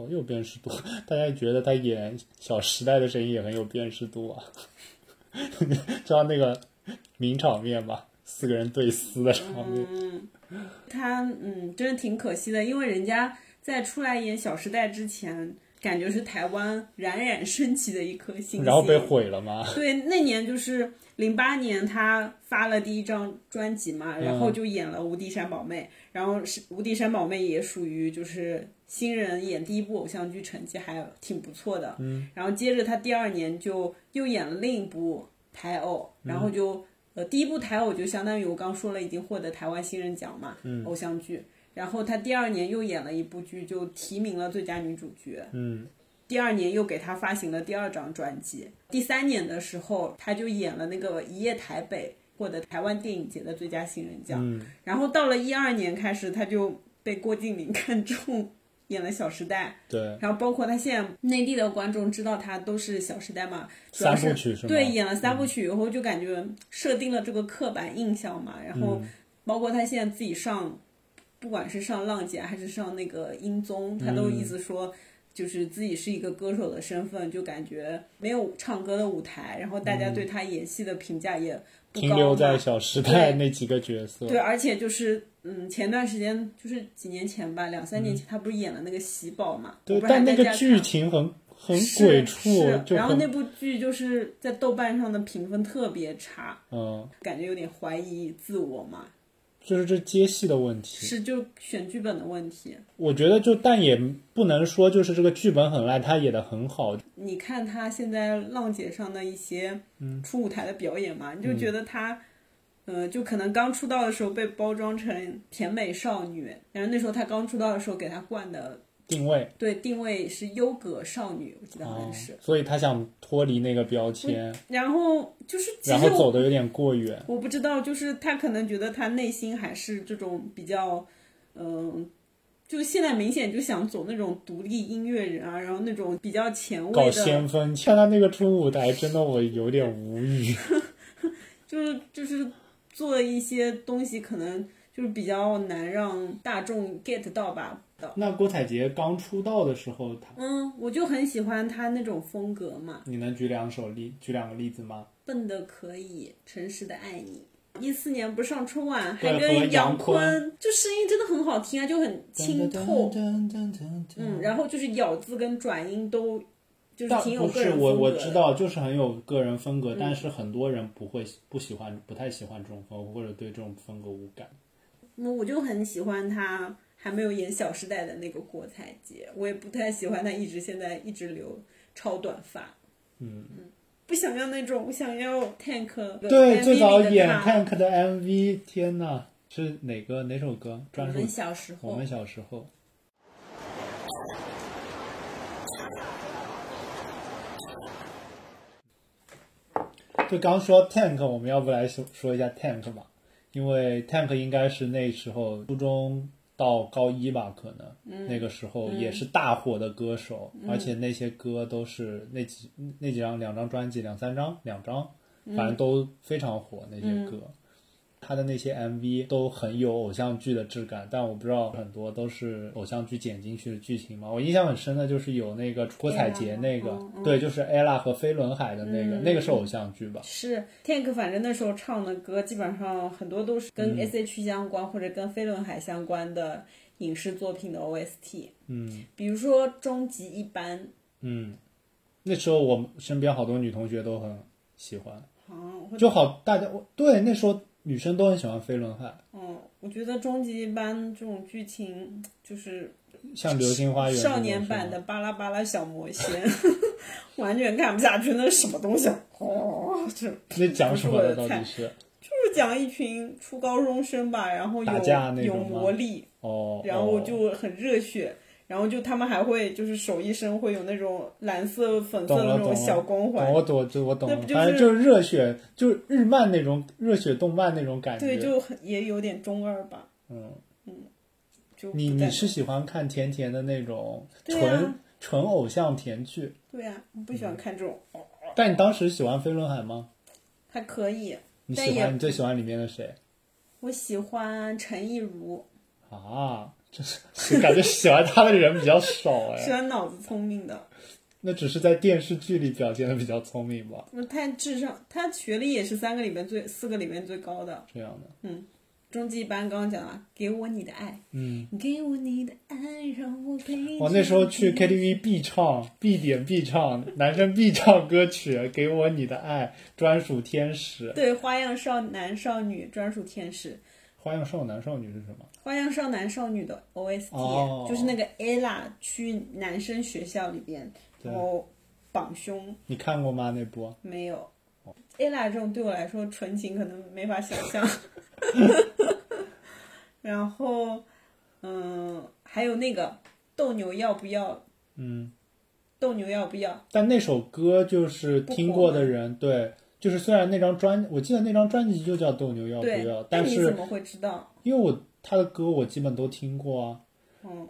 [SPEAKER 3] 好有哦辨识度。 大家觉得她演《小时代》的声音也很有辨识度啊， 知道那个名场面吧？四个人对撕的场面，
[SPEAKER 2] 嗯他嗯，真的挺可惜的，因为人家在出来演《小时代》之前，感觉是台湾冉冉升起的一颗新星。
[SPEAKER 3] 然后被毁了吗？
[SPEAKER 2] 对，那年就是零八年，他发了第一张专辑嘛，然后就演了《无敌山宝妹》，然后是《无敌山宝妹》也属于就是新人演第一部偶像剧，成绩还挺不错的。嗯，然后接着他第二年就又演了另一部台偶，然后就、呃第一部台偶就相当于我刚说了，已经获得台湾新人奖嘛，偶像剧。然后他第二年又演了一部剧，就提名了最佳女主角。
[SPEAKER 3] 嗯，
[SPEAKER 2] 第二年又给他发行了第二张专辑。第三年的时候，他就演了那个《一夜台北》，获得台湾电影节的最佳新人奖。
[SPEAKER 3] 嗯
[SPEAKER 2] 然后到了一二年开始，他就被郭敬明 看中，演了《小时代》。
[SPEAKER 3] 对，
[SPEAKER 2] 然后包括他现在内地的观众知道他都是《小时代》嘛，主要
[SPEAKER 3] 三
[SPEAKER 2] 是
[SPEAKER 3] 部曲是吗？
[SPEAKER 2] 对演了三部曲以后，就感觉设定了这个刻板印象
[SPEAKER 3] 嗯
[SPEAKER 2] 嘛。然后包括他现在自己上，不管是上浪姐还是上那个音综，他都一直说。就是自己是一个歌手的身份，就感觉没有唱歌的舞台，然后大家对他演戏的评价也不高
[SPEAKER 3] 停留在
[SPEAKER 2] 嘛
[SPEAKER 3] 《小时代》
[SPEAKER 2] 对
[SPEAKER 3] 那几个角色。
[SPEAKER 2] 对，而且就是嗯，前段时间就是几年前吧，两三年前，他不是演了那个《喜宝》嘛？
[SPEAKER 3] 对
[SPEAKER 2] 我不是还
[SPEAKER 3] 但那
[SPEAKER 2] 在
[SPEAKER 3] 个
[SPEAKER 2] 家
[SPEAKER 3] 剧
[SPEAKER 2] 看
[SPEAKER 3] 情很很
[SPEAKER 2] 是
[SPEAKER 3] 鬼畜，
[SPEAKER 2] 是
[SPEAKER 3] 就
[SPEAKER 2] 然后
[SPEAKER 3] 很
[SPEAKER 2] 那部剧就是在豆瓣上的评分特别差，
[SPEAKER 3] 嗯，
[SPEAKER 2] 感觉有点怀疑自我嘛，
[SPEAKER 3] 就是这接戏的问题。
[SPEAKER 2] 是就选剧本的问题。
[SPEAKER 3] 我觉得就但也不能说就是这个剧本很烂，他演的很好。
[SPEAKER 2] 你看他现在浪姐上的一些
[SPEAKER 3] 嗯
[SPEAKER 2] 出舞台的表演嘛，你就觉得他，呃，就可能刚出道的时候被包装成甜美少女，然后那时候他刚出道的时候给他冠的
[SPEAKER 3] 定位
[SPEAKER 2] 对定位是优格少女，我记得好
[SPEAKER 3] 哦
[SPEAKER 2] 像是。
[SPEAKER 3] 所以他想脱离那个标签，
[SPEAKER 2] 然后就是其
[SPEAKER 3] 然
[SPEAKER 2] 实
[SPEAKER 3] 后
[SPEAKER 2] 我
[SPEAKER 3] 走的有点过远。
[SPEAKER 2] 我不知道，就是他可能觉得他内心还是这种比较，嗯、就现在明显就想走那种独立音乐人啊，然后那种比较前
[SPEAKER 3] 搞
[SPEAKER 2] 卫的，
[SPEAKER 3] 先锋，看他那个出舞台，真的我有点无语。
[SPEAKER 2] 就是就是做一些东西可能就是比较难让大众 get 到吧。
[SPEAKER 3] 那郭采洁刚出道的时候，她
[SPEAKER 2] 嗯，我就很喜欢他那种风格嘛，
[SPEAKER 3] 你能举两首例，举两个例子吗？
[SPEAKER 2] 笨的可以，诚实的爱你。一四年不是上春晚，
[SPEAKER 3] 对
[SPEAKER 2] 还
[SPEAKER 3] 和
[SPEAKER 2] 跟
[SPEAKER 3] 杨
[SPEAKER 2] 杨
[SPEAKER 3] 坤
[SPEAKER 2] 坤，就声音真的很好听啊，就很清透。嗯，然后就是咬字跟转音都，就是
[SPEAKER 3] 但
[SPEAKER 2] 挺有
[SPEAKER 3] 不
[SPEAKER 2] 个
[SPEAKER 3] 是
[SPEAKER 2] 人风
[SPEAKER 3] 我我
[SPEAKER 2] 格的嗯
[SPEAKER 3] 知，道，就是很有个人风格，但是很多人不会不喜欢，不太喜欢这种风格，或者对这种风格无感。
[SPEAKER 2] 嗯，我就很喜欢他还没有演《小时代》的那个郭采洁，我也不太喜欢他一直现在一直留超短发，
[SPEAKER 3] 嗯，
[SPEAKER 2] 不想要那种，我想要 Tank 的
[SPEAKER 3] 对，
[SPEAKER 2] MV
[SPEAKER 3] 最早
[SPEAKER 2] 里的
[SPEAKER 3] 演
[SPEAKER 2] 他
[SPEAKER 3] Tank 的 MV，天呐，是哪个哪首歌？
[SPEAKER 2] 我
[SPEAKER 3] 专属
[SPEAKER 2] 们小时候，
[SPEAKER 3] 我们小时候。就刚说 Tank，我们要不来说说一下 Tank 吧，因为 Tank 应该是那时候初中到高一吧，可能、
[SPEAKER 2] 嗯
[SPEAKER 3] 那个时候也是大火的歌手，而且那些歌都是那几那几张两张专辑，两三张两张，反
[SPEAKER 2] 嗯
[SPEAKER 3] 正都非常火、那些歌。他的那些 MV 都很有偶像剧的质感，但我不知道很多都是偶像剧剪进去的剧情嘛。我印象很深的就是有那个郭采洁
[SPEAKER 2] Ella，
[SPEAKER 3] 那个，
[SPEAKER 2] 嗯嗯
[SPEAKER 3] 对，就是 ella 和飞轮海的那个，那个是偶像剧吧？
[SPEAKER 2] 是 Tank，反正那时候唱的歌基本上很多都是跟
[SPEAKER 3] 嗯
[SPEAKER 2] S.H. 相关、或者跟飞轮海相关的影视作品的 OST，
[SPEAKER 3] 嗯
[SPEAKER 2] 比如说《终极一班》
[SPEAKER 3] 嗯，那时候我身边好多女同学都很喜欢，
[SPEAKER 2] 啊，我
[SPEAKER 3] 就好大家对那时候女生都很喜欢飞轮海，
[SPEAKER 2] 嗯，我觉得《终极一班》这种剧情就是
[SPEAKER 3] 像《流星花园》这种
[SPEAKER 2] 少年版
[SPEAKER 3] 是
[SPEAKER 2] 的
[SPEAKER 3] 吗。
[SPEAKER 2] 《巴拉巴拉小魔仙》， 完全看不下去，那是什么东西啊？哦，这
[SPEAKER 3] 那讲什么的
[SPEAKER 2] 不是
[SPEAKER 3] 到
[SPEAKER 2] 我的
[SPEAKER 3] 底
[SPEAKER 2] 菜
[SPEAKER 3] 是？
[SPEAKER 2] 就是讲一群初高中生吧，然后有
[SPEAKER 3] 打架那种
[SPEAKER 2] 有
[SPEAKER 3] 吗
[SPEAKER 2] 魔力，
[SPEAKER 3] 哦，
[SPEAKER 2] 然后我
[SPEAKER 3] 哦
[SPEAKER 2] 就很热血。然后就他们还会就是手一伸会有那种蓝色、粉色
[SPEAKER 3] 懂
[SPEAKER 2] 的
[SPEAKER 3] 了
[SPEAKER 2] 那
[SPEAKER 3] 懂
[SPEAKER 2] 种
[SPEAKER 3] 了，
[SPEAKER 2] 小光环
[SPEAKER 3] 懂，我懂，就我懂了
[SPEAKER 2] 那不，就是
[SPEAKER 3] 反正就是热血，就是日漫那种热血动漫那种感觉。
[SPEAKER 2] 对，就很也有点中二吧，
[SPEAKER 3] 嗯，
[SPEAKER 2] 就
[SPEAKER 3] 你
[SPEAKER 2] 不太
[SPEAKER 3] 你是喜欢看甜甜的那种
[SPEAKER 2] 对
[SPEAKER 3] 纯、
[SPEAKER 2] 啊
[SPEAKER 3] 纯偶像甜剧，
[SPEAKER 2] 对啊，我不喜欢看这种，
[SPEAKER 3] 但你当时喜欢飞轮海吗？
[SPEAKER 2] 还可以，
[SPEAKER 3] 你
[SPEAKER 2] 但
[SPEAKER 3] 喜
[SPEAKER 2] 也
[SPEAKER 3] 欢你最喜欢里面的谁
[SPEAKER 2] 我喜欢陈亦儒，
[SPEAKER 3] 啊？就是感觉喜欢他的人比较少
[SPEAKER 2] 喜
[SPEAKER 3] 哎，
[SPEAKER 2] 欢脑子聪明的，
[SPEAKER 3] 那只是在电视剧里表现的比较聪明吧，
[SPEAKER 2] 那他智商，他学历也是三个里面最四个里面最高的。
[SPEAKER 3] 这样的。
[SPEAKER 2] 嗯，中级班刚刚讲了，给我你的爱，
[SPEAKER 3] 嗯，
[SPEAKER 2] 给我你的爱，让我陪着你。
[SPEAKER 3] 我那时候去 KTV 必唱，必点必唱，男生必唱歌曲《给我你的爱》，专属天使，
[SPEAKER 2] 对花样少男少女专属天使，
[SPEAKER 3] 花样少男少女是什么？
[SPEAKER 2] 花样少男少女的 OST，、
[SPEAKER 3] 哦
[SPEAKER 2] 就是那个 ella 去男生学校里边，
[SPEAKER 3] 对
[SPEAKER 2] 然后绑胸
[SPEAKER 3] 你看过吗？那部？
[SPEAKER 2] 没有。ella 这种对我来说纯情可能没法想象。 然后，嗯，还有那个斗牛要不要？
[SPEAKER 3] 嗯，
[SPEAKER 2] 斗牛要不要？
[SPEAKER 3] 但那首歌就是听过的人，对，就是虽然那张专，我记得那张专辑就叫《斗牛要不
[SPEAKER 2] 对
[SPEAKER 3] 要》，，
[SPEAKER 2] 那
[SPEAKER 3] 但
[SPEAKER 2] 你怎
[SPEAKER 3] 是
[SPEAKER 2] 么会知道？
[SPEAKER 3] 因为我他的歌我基本都听过啊，
[SPEAKER 2] 嗯，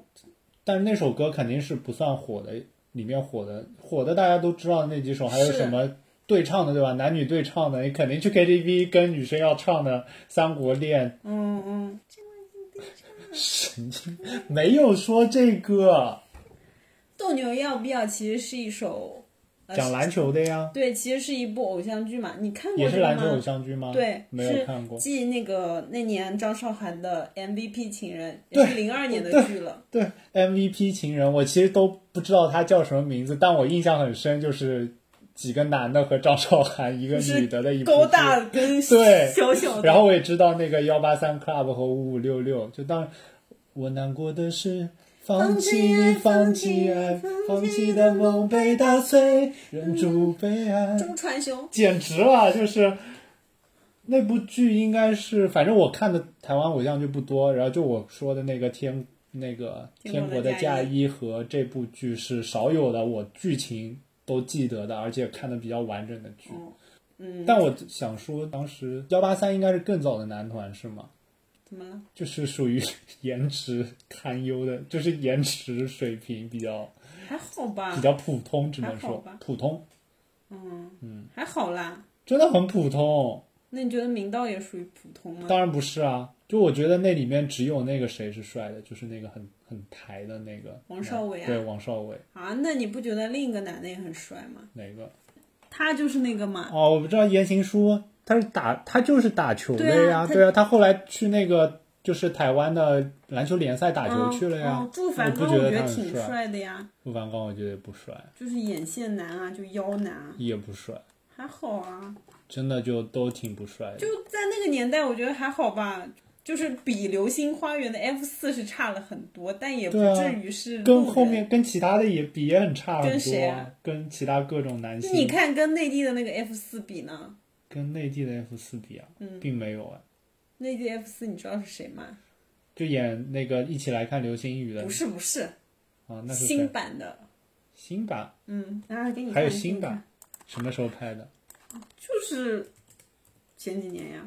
[SPEAKER 3] 但是那首歌肯定是不算火的，里面火的火的大家都知道的那几首，还有
[SPEAKER 2] 是
[SPEAKER 3] 什么对唱的对吧？男女对唱的，你肯定去 KTV 跟女生要唱的《三国恋
[SPEAKER 2] 嗯嗯，》，
[SPEAKER 3] 神经没有说这个
[SPEAKER 2] 斗牛要不要其实是一首，呃
[SPEAKER 3] 讲篮球的呀，
[SPEAKER 2] 对，其实是一部偶像剧嘛。你看过
[SPEAKER 3] 也
[SPEAKER 2] 这
[SPEAKER 3] 是
[SPEAKER 2] 个
[SPEAKER 3] 篮
[SPEAKER 2] 吗
[SPEAKER 3] 球偶像剧吗？
[SPEAKER 2] 对，
[SPEAKER 3] 没有看过
[SPEAKER 2] 是。继那个那年张韶涵的 MVP 情人，也
[SPEAKER 3] 对
[SPEAKER 2] 是零二年的剧了。
[SPEAKER 3] 对 MVP 情人，我其实都不知道他叫什么名字，但我印象很深，就是几个男的和张韶涵一个
[SPEAKER 2] 就是
[SPEAKER 3] 女的的一部
[SPEAKER 2] 高
[SPEAKER 3] 剧
[SPEAKER 2] 大跟
[SPEAKER 3] 对
[SPEAKER 2] 小小
[SPEAKER 3] 然
[SPEAKER 2] 的，
[SPEAKER 3] 后我也知道那个幺八三 club 和五五六六，就当我难过的是。放弃你，放弃啊爱，放弃的梦被打碎，忍住悲哀，
[SPEAKER 2] 中川雄
[SPEAKER 3] 简直了！就是那部剧应该是，反正我看的台湾偶像剧不多，然后就我说的那个天那个《
[SPEAKER 2] 天
[SPEAKER 3] 天国
[SPEAKER 2] 国
[SPEAKER 3] 的
[SPEAKER 2] 的
[SPEAKER 3] 嫁
[SPEAKER 2] 嫁
[SPEAKER 3] 衣》和这部剧是少有的，我剧情都记得的，而且看的比较完整的剧。
[SPEAKER 2] 哦嗯，
[SPEAKER 3] 但我想说，当时幺八三应该是更早的男团是吗？
[SPEAKER 2] 怎么了？
[SPEAKER 3] 就是属于 颜值堪忧的，就是颜值水平比较
[SPEAKER 2] 还好吧
[SPEAKER 3] 比，较普通，只能
[SPEAKER 2] 啊还好
[SPEAKER 3] 说
[SPEAKER 2] 吧
[SPEAKER 3] 普通，
[SPEAKER 2] 还好啦。
[SPEAKER 3] 真的很普通。
[SPEAKER 2] 那你觉得明道也属于普通吗？
[SPEAKER 3] 当然不是啊，就我觉得那里面只有那个谁是帅的，就是那个很很台的那个
[SPEAKER 2] 王少伟啊
[SPEAKER 3] 对王少伟
[SPEAKER 2] 啊，那你不觉得另一个男的也很帅吗？
[SPEAKER 3] 哪个？
[SPEAKER 2] 他就是那个嘛，
[SPEAKER 3] 哦，我不知道言情书，他是打他就是打球的
[SPEAKER 2] 对
[SPEAKER 3] 呀，
[SPEAKER 2] 啊他
[SPEAKER 3] 对啊，他后来去那个就是台湾的篮球联赛打球
[SPEAKER 2] 嗯
[SPEAKER 3] 去了呀。
[SPEAKER 2] 嗯祝
[SPEAKER 3] 我
[SPEAKER 2] 凡
[SPEAKER 3] 不
[SPEAKER 2] 刚
[SPEAKER 3] 觉
[SPEAKER 2] 我
[SPEAKER 3] 得
[SPEAKER 2] 觉
[SPEAKER 3] 他
[SPEAKER 2] 得
[SPEAKER 3] 很
[SPEAKER 2] 挺
[SPEAKER 3] 帅，
[SPEAKER 2] 帅的呀，
[SPEAKER 3] 陆凡刚我觉得不帅，
[SPEAKER 2] 就是眼线男啊，就腰男啊，
[SPEAKER 3] 也不帅，
[SPEAKER 2] 还好啊。
[SPEAKER 3] 真的就都挺不帅的。
[SPEAKER 2] 就在那个年代，我觉得还好吧，就是比《流星花园》的 F 四是差了很多，但也不
[SPEAKER 3] 对啊
[SPEAKER 2] 至于是路
[SPEAKER 3] 跟
[SPEAKER 2] 人
[SPEAKER 3] 后面跟其他的也比也很差很
[SPEAKER 2] 跟
[SPEAKER 3] 多
[SPEAKER 2] 谁
[SPEAKER 3] 啊、
[SPEAKER 2] 啊
[SPEAKER 3] 跟其他各种男
[SPEAKER 2] 那
[SPEAKER 3] 星，
[SPEAKER 2] 你看跟内地的那个 F 四比呢？
[SPEAKER 3] 跟内地的 F 四比啊，
[SPEAKER 2] 嗯
[SPEAKER 3] 并没有啊。
[SPEAKER 2] 内地 F 四你知道是谁吗？
[SPEAKER 3] 就演那个一起来看流星雨的
[SPEAKER 2] 不是不是，
[SPEAKER 3] 啊，那是谁
[SPEAKER 2] 新版的，
[SPEAKER 3] 新版，
[SPEAKER 2] 嗯，啊，给你看
[SPEAKER 3] 还有
[SPEAKER 2] 给
[SPEAKER 3] 新
[SPEAKER 2] 你看
[SPEAKER 3] 版，什么时候拍的？
[SPEAKER 2] 就是前几年呀，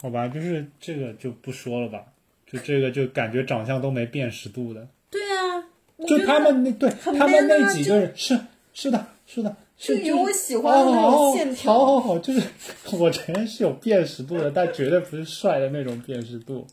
[SPEAKER 3] 好吧，就是这个就不说了吧，就这个就感觉长相都没辨识度的，
[SPEAKER 2] 对啊，我
[SPEAKER 3] 就
[SPEAKER 2] 觉
[SPEAKER 3] 他
[SPEAKER 2] 得
[SPEAKER 3] 们那对
[SPEAKER 2] 很
[SPEAKER 3] 他们
[SPEAKER 2] man 啊
[SPEAKER 3] 那几个人是是的是的。是
[SPEAKER 2] 就有我喜欢的那种线条
[SPEAKER 3] 哦好好好，就是我承认是有辨识度 的，但绝对不是帅的那种辨识度，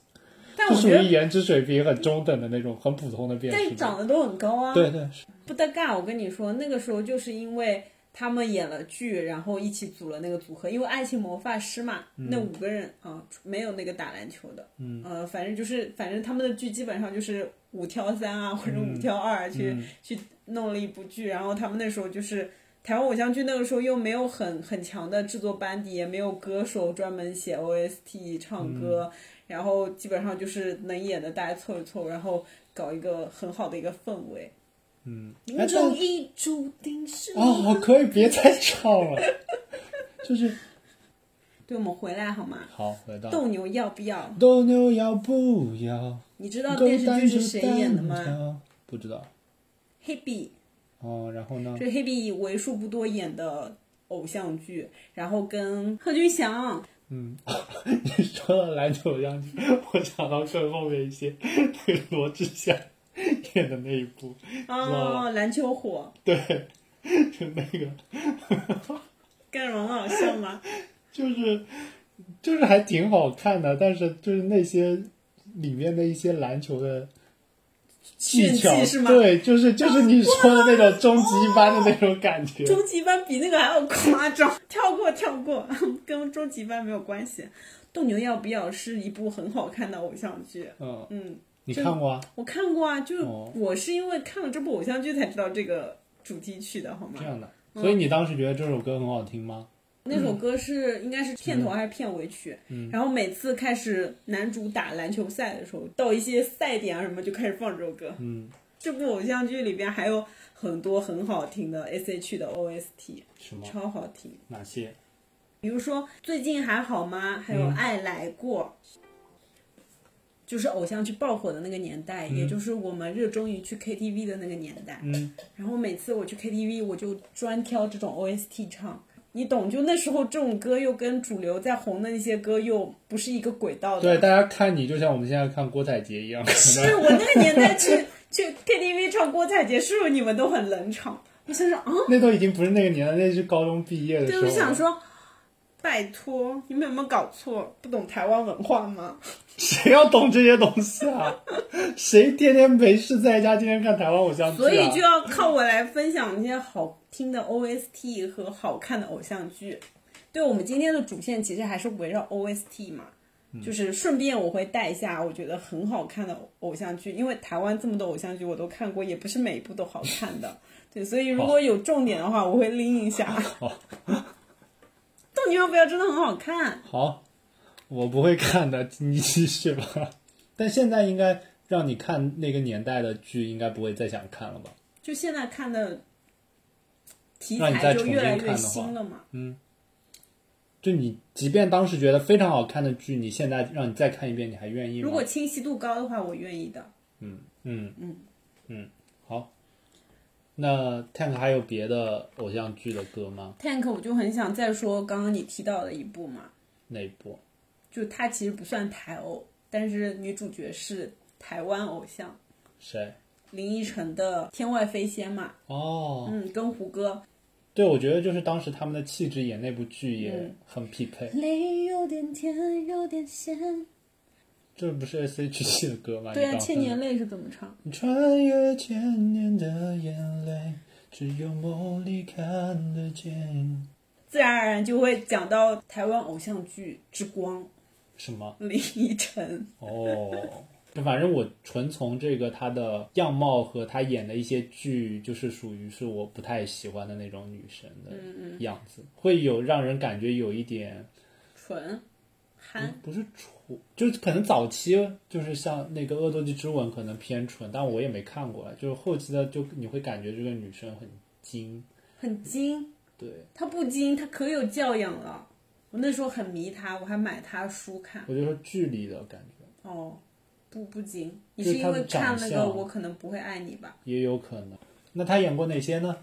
[SPEAKER 2] 但
[SPEAKER 3] 就
[SPEAKER 2] 我
[SPEAKER 3] 属
[SPEAKER 2] 觉
[SPEAKER 3] 于
[SPEAKER 2] 得。
[SPEAKER 3] 颜值水平很中等的那种，很普通的辨识
[SPEAKER 2] 但
[SPEAKER 3] 度。
[SPEAKER 2] 长得都很高啊，
[SPEAKER 3] 对对是
[SPEAKER 2] 不搭嘎。我跟你说，那个时候就是因为他们演了剧，然后一起组了那个组合，因为《爱情魔法师》嘛，
[SPEAKER 3] 嗯
[SPEAKER 2] 那五个人啊、没有那个打篮球的，嗯，呃，反正就是，反正他们的剧基本上就是五挑三啊，或者
[SPEAKER 3] 嗯
[SPEAKER 2] 五挑二去、去弄了一部剧，然后他们那时候就是。台湾偶像剧那个时候又没有很很强的制作班底，也没有歌手专门写 OST 唱歌，
[SPEAKER 3] 嗯
[SPEAKER 2] 然后基本上就是能演的大家凑一凑，然后搞一个很好的一个氛围。
[SPEAKER 3] 哎
[SPEAKER 2] 命
[SPEAKER 3] 但
[SPEAKER 2] 中已注定是你
[SPEAKER 3] 哦，可以别再唱 了，就是
[SPEAKER 2] 对，我们回来好吗？
[SPEAKER 3] 好回到
[SPEAKER 2] 斗牛要不要？
[SPEAKER 3] 斗牛要不要？
[SPEAKER 2] 你知道电视剧是谁演的
[SPEAKER 3] 勾单
[SPEAKER 2] 吗？
[SPEAKER 3] 就单挑？不知道
[SPEAKER 2] 黑笔，
[SPEAKER 3] 哦，然后呢
[SPEAKER 2] 这？是黑笔为数不多演的偶像剧，然后跟贺军翔，
[SPEAKER 3] 嗯，你 说到篮球样子，我想到更后面一些， 那个罗志祥演的那一部，哇
[SPEAKER 2] 哦，篮球火，
[SPEAKER 3] 对，就那个，
[SPEAKER 2] 干什么很好笑吗？
[SPEAKER 3] 就是就是还挺好看的，但是就是那些里面的一些篮球的技
[SPEAKER 2] 炫
[SPEAKER 3] 巧
[SPEAKER 2] 技是，吗？啊
[SPEAKER 3] 对，就是就是你说的那种终极班的那种感觉。
[SPEAKER 2] 终极班比那个还要夸张，跳过跳过，跟终极班没有关系。斗牛要不要》是一部很好看的偶像剧。
[SPEAKER 3] 嗯，
[SPEAKER 2] 嗯，
[SPEAKER 3] 你看过啊？
[SPEAKER 2] 我看过啊，就是
[SPEAKER 3] 哦
[SPEAKER 2] 我是因为看了这部偶像剧才知道这个主题曲的，好
[SPEAKER 3] 这
[SPEAKER 2] 吗？
[SPEAKER 3] 样的，所以你当时觉得这首歌很好听吗？
[SPEAKER 2] 那首歌是应该是片头还是片尾曲？
[SPEAKER 3] 嗯
[SPEAKER 2] 然后每次开始男主打篮球赛的时候，到一些赛点啊什么就开始放这首歌。
[SPEAKER 3] 嗯，
[SPEAKER 2] 这部偶像剧里边还有很多很好听的 S.H 的 OST，
[SPEAKER 3] 什么？
[SPEAKER 2] 超好听。
[SPEAKER 3] 哪些？
[SPEAKER 2] 比如说最近还好吗？还有
[SPEAKER 3] 嗯
[SPEAKER 2] 爱来过，就是偶像剧爆火的那个年代，也就是我们热衷于去 KTV 的那个年代。
[SPEAKER 3] 嗯，
[SPEAKER 2] 然后每次我去 KTV，我就专挑这种 OST 唱。你懂，就那时候这种歌又跟主流在红的那些歌又不是一个轨道的。
[SPEAKER 3] 对，大家看你就像我们现在看郭采洁一样，可
[SPEAKER 2] 是
[SPEAKER 3] 能
[SPEAKER 2] 我那个年代去去 KTV 唱郭采洁，是不是你们都很冷场？我想想啊，
[SPEAKER 3] 那都已经不是那个年代，那是高中毕业的时
[SPEAKER 2] 对，
[SPEAKER 3] 候。
[SPEAKER 2] 我想，说，拜托，你们有没有搞错？不懂台湾文化吗？
[SPEAKER 3] 谁要懂这些东西啊？谁天天没事在家，天天看台湾偶像剧、啊？
[SPEAKER 2] 所以就要靠我来分享一些好听的 OST 和好看的偶像剧。对我们今天的主线其实还是围绕 OST 嘛，
[SPEAKER 3] 嗯
[SPEAKER 2] 就是顺便我会带一下我觉得很好看的偶像剧，因为台湾这么多偶像剧我都看过，也不是每一部都好看 的。对，所以如果有重点的话，我会拎一下。斗牛不要真的很好看，
[SPEAKER 3] 好，我不会看的，你继续吧。 但现在应该让你看那个年代的剧，应该不会再想看了吧？
[SPEAKER 2] 就现在看的题
[SPEAKER 3] 让你再
[SPEAKER 2] 材就
[SPEAKER 3] 重
[SPEAKER 2] 越来
[SPEAKER 3] 新
[SPEAKER 2] 越
[SPEAKER 3] 看的话
[SPEAKER 2] 新了嘛。
[SPEAKER 3] 就你即便当时觉得非常好看的剧，你现在让你再看一遍，你还愿意吗？
[SPEAKER 2] 如果清晰度高的话，我愿意的。
[SPEAKER 3] 嗯嗯嗯嗯，好。那 Tank 还有别的偶像剧的歌吗？
[SPEAKER 2] Tank，我就很想再说刚刚你提到的一部嘛，
[SPEAKER 3] 哪一部？
[SPEAKER 2] 就它其实不算台偶，但是女主角是台湾偶像
[SPEAKER 3] 谁？
[SPEAKER 2] 林依晨的《天外飞仙》嘛，
[SPEAKER 3] 哦，
[SPEAKER 2] 嗯，跟胡歌。
[SPEAKER 3] 对，我觉得就是当时他们的气质演那部剧也
[SPEAKER 2] 嗯
[SPEAKER 3] 很匹配。
[SPEAKER 2] 泪有点甜，有点咸。
[SPEAKER 3] 这不是 S H G 的歌吗？
[SPEAKER 2] 对啊，
[SPEAKER 3] 你
[SPEAKER 2] 《
[SPEAKER 3] 刚
[SPEAKER 2] 千
[SPEAKER 3] 分
[SPEAKER 2] 年泪》是怎么唱？
[SPEAKER 3] 穿越千年的眼泪，只有梦里看得见。
[SPEAKER 2] 自然而然就会讲到台湾偶像剧之光
[SPEAKER 3] 什么？
[SPEAKER 2] 林依晨。
[SPEAKER 3] 哦，反正我纯从这个她的样貌和她演的一些剧，就是属于是我不太喜欢的那种女神的样子，会有让人感觉有一点
[SPEAKER 2] 纯憨，
[SPEAKER 3] 不是纯，就是可能早期就是像那个《恶作剧之吻》可能偏纯，但我也没看过啊，就是后期的就你会感觉这个女生很精，
[SPEAKER 2] 很精，
[SPEAKER 3] 对。
[SPEAKER 2] 他不精，他可有教养了。我那时候很迷他，我还买他书看。
[SPEAKER 3] 我就说剧里的感觉
[SPEAKER 2] 哦，不不精，你
[SPEAKER 3] 就是
[SPEAKER 2] 是因为看
[SPEAKER 3] 他
[SPEAKER 2] 那
[SPEAKER 3] 的
[SPEAKER 2] 个
[SPEAKER 3] 长
[SPEAKER 2] 《
[SPEAKER 3] 相
[SPEAKER 2] 我可能不会爱你》吧？
[SPEAKER 3] 也有可能。那她演过哪些呢？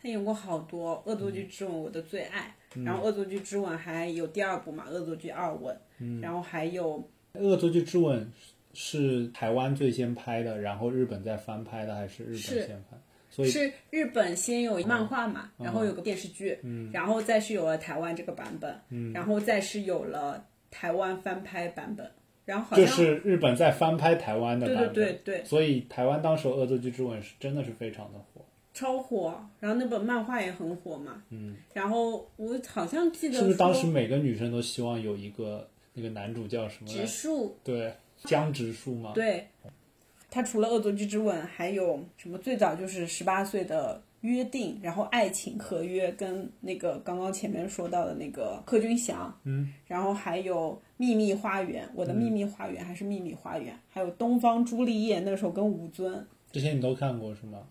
[SPEAKER 2] 他演过好多《恶作剧
[SPEAKER 3] 嗯
[SPEAKER 2] 之吻》，我的最爱。然后《恶作剧之吻》还有第二部嘛，《恶作剧二吻》。
[SPEAKER 3] 嗯
[SPEAKER 2] 然后还有
[SPEAKER 3] 《恶作剧之吻》是台湾最先拍的，然后日本再翻拍的，还是日
[SPEAKER 2] 是
[SPEAKER 3] 本先拍？所以嗯
[SPEAKER 2] 是日本先有漫画嘛，然后有个电视剧，然后再是有了台湾这个版本，
[SPEAKER 3] 嗯
[SPEAKER 2] 然后再是有了台湾翻拍版本。然后好
[SPEAKER 3] 就
[SPEAKER 2] 像
[SPEAKER 3] 是日本在翻拍台湾的
[SPEAKER 2] 对
[SPEAKER 3] 版本。
[SPEAKER 2] 对对对，
[SPEAKER 3] 所以台湾当时《恶作剧之吻》是真的是非常的火，
[SPEAKER 2] 超火，然后那本漫画也很火嘛。嗯。然后我好像记得
[SPEAKER 3] 是不是？当时
[SPEAKER 2] 说
[SPEAKER 3] 每个女生都希望有一个那个男主叫什么来
[SPEAKER 2] 植？树
[SPEAKER 3] 对，江直树吗？
[SPEAKER 2] 对，他除了《恶作剧之吻》，还有什么？最早就是十八岁的约定，然后爱情合约，跟那个刚刚前面说到的那个柯君祥，嗯，然后还有秘密花园，我的秘密花园还是秘密花园，还有东方朱丽叶，那时候跟吴尊
[SPEAKER 3] 这些你都看过是吗？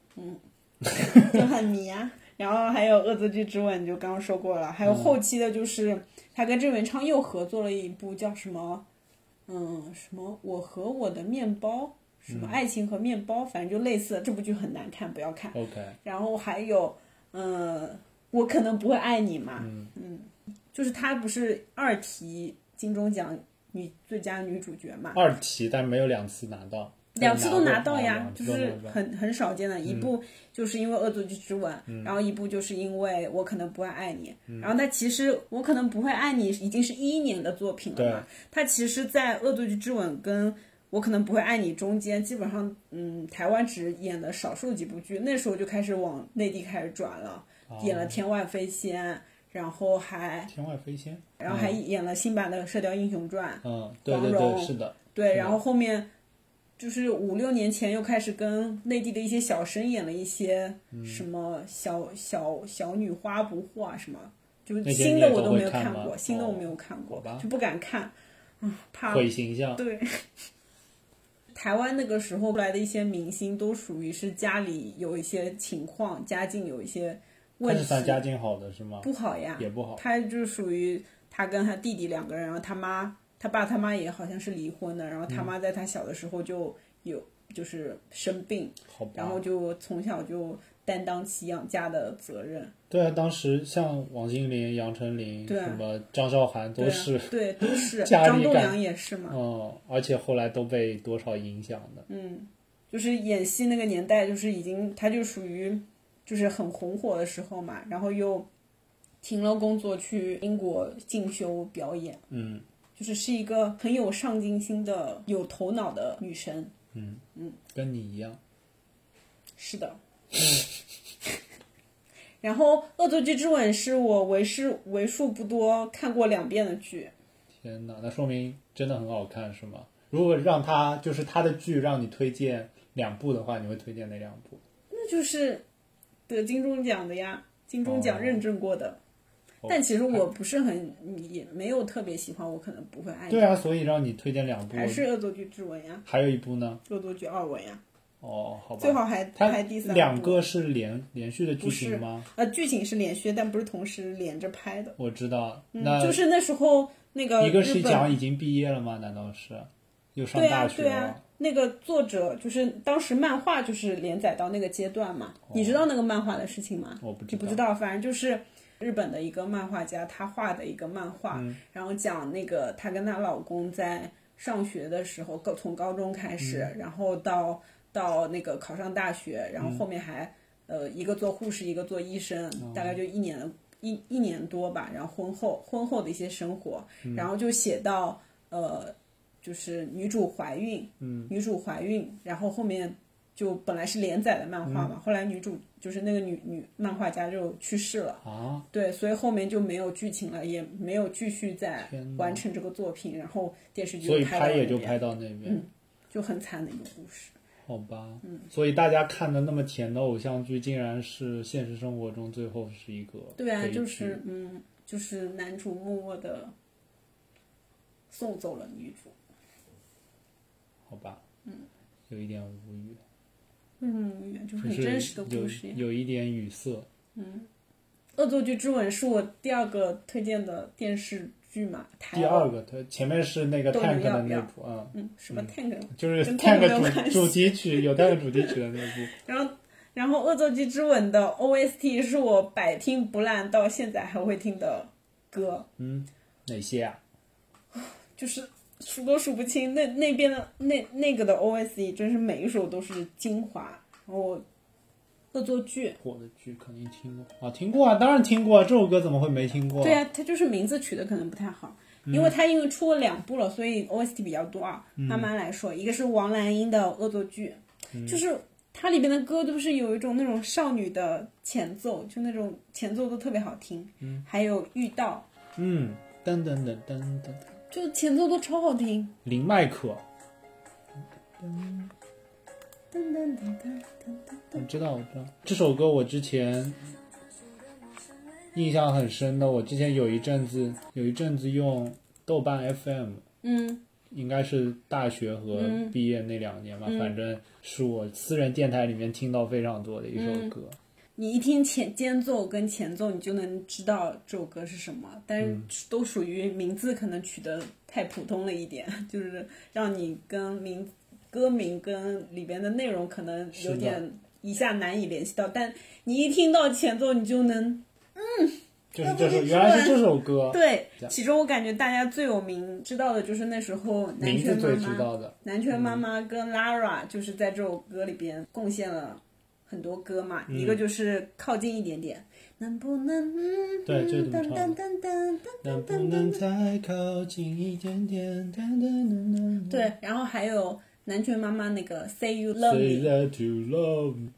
[SPEAKER 2] 就很迷啊。然后还有《恶作剧之吻》，就刚刚说过了，还有后期的，就是他跟郑元畅又合作了一部叫什么，嗯，什么《我和我的面包》，什么《爱情和面包》，反正就类似的。这部剧很难看，不要看。
[SPEAKER 3] OK，
[SPEAKER 2] 然后还有，嗯，我可能不会爱你嘛，嗯就是她不是二提金钟奖女最佳女主角嘛，
[SPEAKER 3] 二题，但没有两次拿到，
[SPEAKER 2] 两次都拿到呀
[SPEAKER 3] 两，
[SPEAKER 2] 就
[SPEAKER 3] 次都
[SPEAKER 2] 是
[SPEAKER 3] 拿到
[SPEAKER 2] 很很少见的。一部就是因为《恶作剧之吻》，然后一部就是因为我可能不会爱你。然后它其实我可能不会爱你已经是一一年的作品了
[SPEAKER 3] 对
[SPEAKER 2] 嘛，它其实，在《恶作剧之吻》跟我可能不会爱你中间，基本上，嗯，台湾只演了哦少数几部剧，那时候就开始往内地开始转了，演了《天外飞仙》，然后还
[SPEAKER 3] 天外飞仙，
[SPEAKER 2] 然后还演了新版的《射雕英雄传》，
[SPEAKER 3] 嗯，对
[SPEAKER 2] 黄
[SPEAKER 3] 对对，
[SPEAKER 2] 蓉
[SPEAKER 3] 是的，
[SPEAKER 2] 对，
[SPEAKER 3] 是
[SPEAKER 2] 然
[SPEAKER 3] 的
[SPEAKER 2] 后后面就是五六年前又开始跟内地的一些小生演了一些
[SPEAKER 3] 嗯
[SPEAKER 2] 什么小、小小女花不惑啊什么，就是
[SPEAKER 3] 那些
[SPEAKER 2] 新
[SPEAKER 3] 你
[SPEAKER 2] 的
[SPEAKER 3] 也
[SPEAKER 2] 我
[SPEAKER 3] 都
[SPEAKER 2] 都
[SPEAKER 3] 会
[SPEAKER 2] 没有
[SPEAKER 3] 看吗
[SPEAKER 2] 过，新的我
[SPEAKER 3] 哦
[SPEAKER 2] 没有看过，
[SPEAKER 3] 好吧
[SPEAKER 2] 就不敢看，啊、怕
[SPEAKER 3] 毁形象，
[SPEAKER 2] 对。台湾那个时候来的一些明星，都属于是家里有一些情况，家境有一些问
[SPEAKER 3] 但
[SPEAKER 2] 题
[SPEAKER 3] 是，算家境好的是吗？
[SPEAKER 2] 不好呀，
[SPEAKER 3] 也不好
[SPEAKER 2] 他就属于他跟他弟弟两个人，然后他妈、他爸、他妈也好像是离婚的，然后他妈在他小的时候就有、就是生病，
[SPEAKER 3] 好吧，
[SPEAKER 2] 然后就从小就担当起养家的责任，
[SPEAKER 3] 对啊，当时像王心凌、杨丞琳、
[SPEAKER 2] 对啊
[SPEAKER 3] 什么张韶涵
[SPEAKER 2] 对
[SPEAKER 3] 都
[SPEAKER 2] 啊
[SPEAKER 3] 是，
[SPEAKER 2] 对都是
[SPEAKER 3] 家
[SPEAKER 2] 张
[SPEAKER 3] 里
[SPEAKER 2] 栋
[SPEAKER 3] 干
[SPEAKER 2] 梁也是嘛，
[SPEAKER 3] 嗯，而且后来都被多少影响的，
[SPEAKER 2] 嗯，就是演戏那个年代，就是已经他就属于就是很红火的时候嘛，然后又停了工作去英国进修表演，
[SPEAKER 3] 嗯，
[SPEAKER 2] 就是是一个很有上进心的、有头脑的女生。
[SPEAKER 3] 嗯
[SPEAKER 2] 嗯
[SPEAKER 3] 跟你一样，
[SPEAKER 2] 是的。 然后《恶作剧之吻》是我为数为数不多看过两遍的剧，
[SPEAKER 3] 天哪，那说明真的很好看是吗？如果让他就是他的剧让你推荐两部的话，你会推荐哪两部？
[SPEAKER 2] 那就是得金钟奖的呀，金钟奖
[SPEAKER 3] 哦
[SPEAKER 2] 认证过的。
[SPEAKER 3] 哦
[SPEAKER 2] 但其实我不是很，也没有特别喜欢，我可能不会爱你。
[SPEAKER 3] 对啊，所以让你推荐两部，
[SPEAKER 2] 还是恶作剧之吻呀，
[SPEAKER 3] 还有一部呢？
[SPEAKER 2] 恶作剧二吻呀，
[SPEAKER 3] 哦，好吧，
[SPEAKER 2] 最好还
[SPEAKER 3] 它
[SPEAKER 2] 拍第三部
[SPEAKER 3] 两个是连连续的剧
[SPEAKER 2] 不是
[SPEAKER 3] 情吗？？
[SPEAKER 2] 呃，剧情是连续，但不是同时连着拍的。
[SPEAKER 3] 我知道，
[SPEAKER 2] 嗯
[SPEAKER 3] 那
[SPEAKER 2] 就是那时候那个
[SPEAKER 3] 呃一个
[SPEAKER 2] 日
[SPEAKER 3] 是
[SPEAKER 2] 本
[SPEAKER 3] 讲已经毕业了吗？难道是又上
[SPEAKER 2] 对
[SPEAKER 3] 大
[SPEAKER 2] 啊
[SPEAKER 3] 学
[SPEAKER 2] 对
[SPEAKER 3] 了？
[SPEAKER 2] 啊，那个作者就是当时漫画就是连载到那个阶段嘛，你知道那个漫画的事情吗？
[SPEAKER 3] 哦我不知
[SPEAKER 2] 你不知
[SPEAKER 3] 道
[SPEAKER 2] 道，反正就是日本的一个漫画家，他画的一个漫画，
[SPEAKER 3] 嗯
[SPEAKER 2] 然后讲那个她跟她老公在上学的时候，高从高中开始，
[SPEAKER 3] 嗯
[SPEAKER 2] 然后到到那个考上大学，然后后面还、
[SPEAKER 3] 嗯
[SPEAKER 2] 呃一个做护士，一个做医生，
[SPEAKER 3] 哦
[SPEAKER 2] 大概就一年的一一年多吧，然后婚后婚后的一些生活，
[SPEAKER 3] 嗯
[SPEAKER 2] 然后就写到呃。就是女主怀孕，嗯，女主怀孕，然后后面就本来是连载的漫画嘛，
[SPEAKER 3] 嗯
[SPEAKER 2] 后来女主就是那个女女漫画家就去世了，
[SPEAKER 3] 啊，
[SPEAKER 2] 对，所以后面就没有剧情了，也没有继续再
[SPEAKER 3] 天哪
[SPEAKER 2] 完成这个作品，然后电视剧
[SPEAKER 3] 所以
[SPEAKER 2] 拍
[SPEAKER 3] 拍
[SPEAKER 2] 到
[SPEAKER 3] 也
[SPEAKER 2] 那
[SPEAKER 3] 就
[SPEAKER 2] 边嗯
[SPEAKER 3] 拍到那边，
[SPEAKER 2] 就很惨的一个故事。
[SPEAKER 3] 好吧。
[SPEAKER 2] 嗯
[SPEAKER 3] 所以大家看的那么甜的偶像剧，竟然是现实生活中最后是一个
[SPEAKER 2] 对啊，
[SPEAKER 3] 悲剧
[SPEAKER 2] 就是嗯，就是男主默默的送走了女主。
[SPEAKER 3] 好吧，嗯，有一点无语，
[SPEAKER 2] 为什么无语啊？就是
[SPEAKER 3] 就
[SPEAKER 2] 很
[SPEAKER 3] 是
[SPEAKER 2] 真实的
[SPEAKER 3] 有
[SPEAKER 2] 故事呀。
[SPEAKER 3] 有一点语塞。
[SPEAKER 2] 《恶作剧之吻》是我第二个推荐的电视剧嘛，台
[SPEAKER 3] 第二个，它前面是那个
[SPEAKER 2] 都
[SPEAKER 3] Tank
[SPEAKER 2] 能要
[SPEAKER 3] 的
[SPEAKER 2] 不
[SPEAKER 3] 那
[SPEAKER 2] 要
[SPEAKER 3] 部，嗯，
[SPEAKER 2] 嗯，什么 Tank，、
[SPEAKER 3] 就是
[SPEAKER 2] 跟 Tank 没有
[SPEAKER 3] Tank
[SPEAKER 2] 关系
[SPEAKER 3] 主主题曲有 Tank 主题曲的那部，
[SPEAKER 2] 然后。然后《恶作剧之吻》的 OST 是我百听不烂，到现在还会听的歌。
[SPEAKER 3] 嗯，哪些啊？
[SPEAKER 2] 就是数都数不清。那那边的那那个的 OSE 真是每一首都是精华。然后恶作剧，
[SPEAKER 3] 火的剧肯定听过啊，听过啊，当然听过啊，这首歌怎么会没听过？
[SPEAKER 2] 对啊，它就是名字取的可能不太好，因为它因为出了两部了，所以 OST 比较多啊。慢慢来说，一个是王蓝英的恶作剧，就是。它里边的歌都是有一种那种少女的前奏，就那种前奏都特别好听。嗯，还有遇到，
[SPEAKER 3] 嗯，噔噔噔噔噔，
[SPEAKER 2] 就前奏都超好听。
[SPEAKER 3] 林麦可，
[SPEAKER 2] 噔噔噔噔噔噔。
[SPEAKER 3] 我知道，我知道这首歌，我之前印象很深的。我之前有一阵子，有一阵子用豆瓣 FM，
[SPEAKER 2] 嗯，
[SPEAKER 3] 应该是大学和毕业那两年吧，
[SPEAKER 2] 嗯
[SPEAKER 3] 反正是我私人电台里面听到非常多的一首歌。
[SPEAKER 2] 嗯你一听前间奏跟前奏，你就能知道这首歌是什么，但
[SPEAKER 3] 嗯
[SPEAKER 2] 是都属于名字可能取得太普通了一点， 就是让你跟名歌名跟里边的内容可能
[SPEAKER 3] 是的
[SPEAKER 2] 有点一下难以联系到，但你一听到前奏，你就能
[SPEAKER 3] 就是这
[SPEAKER 2] 那
[SPEAKER 3] 首，
[SPEAKER 2] 不是
[SPEAKER 3] 原来是这首歌，
[SPEAKER 2] 对
[SPEAKER 3] 哦这。样
[SPEAKER 2] 其中我感觉大家最有名知道的就是那时候南
[SPEAKER 3] 名字
[SPEAKER 2] 拳妈
[SPEAKER 3] 最知
[SPEAKER 2] 妈，
[SPEAKER 3] 道嗯的。
[SPEAKER 2] 南拳妈妈跟 Lara 就是在这首歌里边贡献了很多歌嘛，一个就是靠近一点点。能不能
[SPEAKER 3] 对，就是这么
[SPEAKER 2] 噔
[SPEAKER 3] 唱
[SPEAKER 2] 噔
[SPEAKER 3] 的。
[SPEAKER 2] 噔噔嗯噔
[SPEAKER 3] 能不
[SPEAKER 2] 噔噔
[SPEAKER 3] 能
[SPEAKER 2] 噔。
[SPEAKER 3] 再靠近一点点？噔噔噔噔。
[SPEAKER 2] 对，然后还有南拳妈妈那个 Say You Love
[SPEAKER 3] Say
[SPEAKER 2] Me，
[SPEAKER 3] that you love me。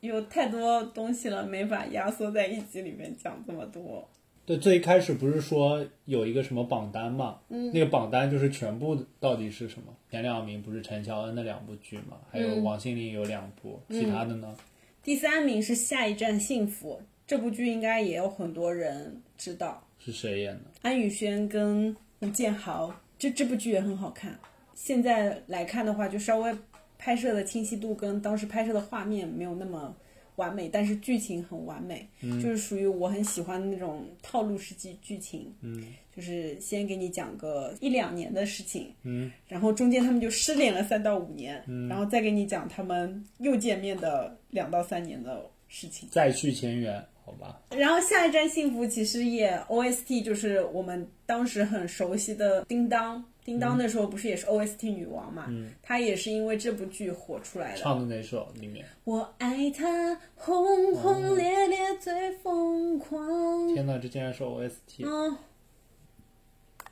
[SPEAKER 2] 有太多东西了，没法压缩在一集里面讲这么多。
[SPEAKER 3] 对，最开始不是说有一个什么榜单嘛？嗯，那个榜单就是全部到底是什么？前两名不是陈乔恩的两部剧嘛，还
[SPEAKER 2] 嗯
[SPEAKER 3] 有王心凌有两部，其他的呢？
[SPEAKER 2] 第三名是《下一站幸福》这部剧，应该也有很多人知道，
[SPEAKER 3] 是谁演的？
[SPEAKER 2] 安以轩跟吴建豪，这这部剧也很好看。现在来看的话，就稍微拍摄的清晰度跟当时拍摄的画面没有那么完
[SPEAKER 3] 嗯
[SPEAKER 2] 美，但是剧情很完美，就是属于我很喜欢的那种套路式剧剧情。
[SPEAKER 3] 嗯，
[SPEAKER 2] 就是先给你讲个一两年的事情，
[SPEAKER 3] 嗯，
[SPEAKER 2] 然后中间他们就失联了三到五年，然后再给你讲他们又见面的两到三年的事情。
[SPEAKER 3] 再续前缘，好吧？
[SPEAKER 2] 然后下一站幸福其实也 OST 就是我们当时很熟悉的叮当，叮当那时候不是也是 OST 女王嘛，她也是因为这部剧火出来的。
[SPEAKER 3] 嗯唱的哪首里面？
[SPEAKER 2] 我爱她，轰轰烈烈最疯狂。
[SPEAKER 3] 天呐，这竟然是 OST！
[SPEAKER 2] 嗯，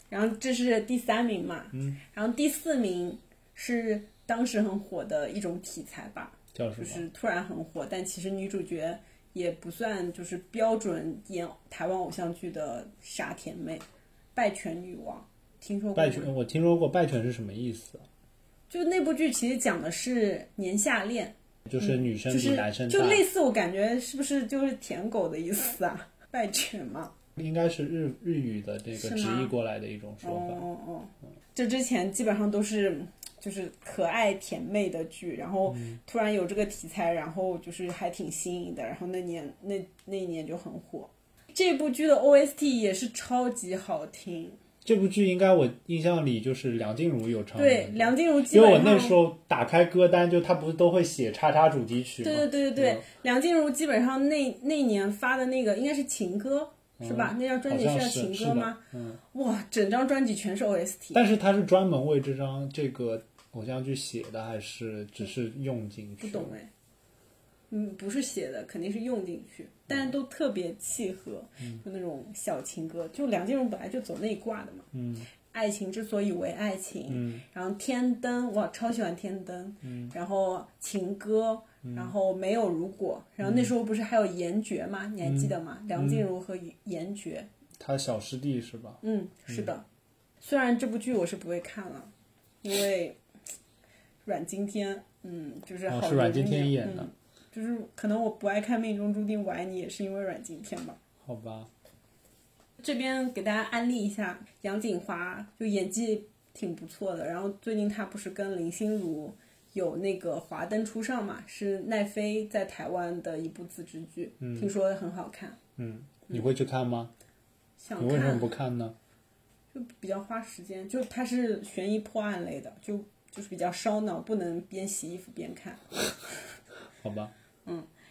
[SPEAKER 2] 然后这是第三名嘛，嗯，然后第四名是当时很火的一种题材吧，
[SPEAKER 3] 叫什
[SPEAKER 2] 就
[SPEAKER 3] 么？
[SPEAKER 2] 是突然很火，但其实女主角也不算就是标准演台湾偶像剧的傻甜妹，拜犬女王，听说过
[SPEAKER 3] 拜
[SPEAKER 2] 吗？
[SPEAKER 3] 犬，我听说过拜犬是什么意思？啊
[SPEAKER 2] 就那部剧其实讲的是年下恋，
[SPEAKER 3] 就是女
[SPEAKER 2] 嗯
[SPEAKER 3] 生
[SPEAKER 2] 就
[SPEAKER 3] 比
[SPEAKER 2] 是
[SPEAKER 3] 男生大
[SPEAKER 2] 就，类似我感觉是不是就是舔狗的意思啊？拜犬嘛，
[SPEAKER 3] 应该是日日语的这
[SPEAKER 2] 是
[SPEAKER 3] 个
[SPEAKER 2] 吗
[SPEAKER 3] 直译过来的一种说
[SPEAKER 2] 哦
[SPEAKER 3] 法。
[SPEAKER 2] 哦哦，这之前基本上都是就是可爱甜妹的剧，然后
[SPEAKER 3] 嗯
[SPEAKER 2] 突然有这个题材，然后就是还挺新颖的，然后那年那那一年就很火。这部剧的 OST 也是超级好听，
[SPEAKER 3] 这部剧应该我印象里就是梁静茹有唱的，
[SPEAKER 2] 对梁静茹基
[SPEAKER 3] 哦因为
[SPEAKER 2] 本
[SPEAKER 3] 我
[SPEAKER 2] 上
[SPEAKER 3] 那时候打开歌单，就他不是都会写叉叉主题曲吗？
[SPEAKER 2] 对对对对对，
[SPEAKER 3] 嗯
[SPEAKER 2] 梁静茹基本上那那年发的那个应该是情歌。是吧？那张专辑
[SPEAKER 3] 嗯好
[SPEAKER 2] 叫
[SPEAKER 3] 像是
[SPEAKER 2] 情
[SPEAKER 3] 是
[SPEAKER 2] 歌
[SPEAKER 3] 的
[SPEAKER 2] 吗？
[SPEAKER 3] 嗯，
[SPEAKER 2] 哇，整张专辑全是 OST。
[SPEAKER 3] 但是他是专门为这张这个偶像剧写的，还是只是用进
[SPEAKER 2] 不
[SPEAKER 3] 去？
[SPEAKER 2] 懂哎，嗯，不是写的，肯定是用进去，但
[SPEAKER 3] 嗯
[SPEAKER 2] 是都特别契合，就那种小情歌，就梁静茹本来就走那一挂的嘛。
[SPEAKER 3] 嗯
[SPEAKER 2] 爱情之所以为爱情，
[SPEAKER 3] 嗯
[SPEAKER 2] 然后天灯，我超喜欢天灯，然后情歌，
[SPEAKER 3] 嗯
[SPEAKER 2] 然后没有如果，然后那时候不是还有严爵吗？
[SPEAKER 3] 嗯
[SPEAKER 2] 你还记得吗？梁静茹和严爵，
[SPEAKER 3] 他小师弟是吧？
[SPEAKER 2] 嗯，是的。虽然这部剧我是不会看了，因为阮经天，嗯，就是
[SPEAKER 3] 哦
[SPEAKER 2] 好、
[SPEAKER 3] 是阮经天演的
[SPEAKER 2] 嗯，就是可能我不爱看《命中注定我爱你》，也是因为阮经天吧。
[SPEAKER 3] 好吧，
[SPEAKER 2] 这边给大家安利一下杨谨华，就演技挺不错的。然后最近她不是跟林心如有那个《华灯初上》嘛，是奈飞在台湾的一部自制剧，听说很好看，
[SPEAKER 3] 嗯，你会去看吗？
[SPEAKER 2] 想
[SPEAKER 3] 你
[SPEAKER 2] 看。
[SPEAKER 3] 为什么不看呢？
[SPEAKER 2] 就比较花时间，就它是悬疑破案类的，就就是比较烧脑，不能边洗衣服边看。
[SPEAKER 3] 好吧，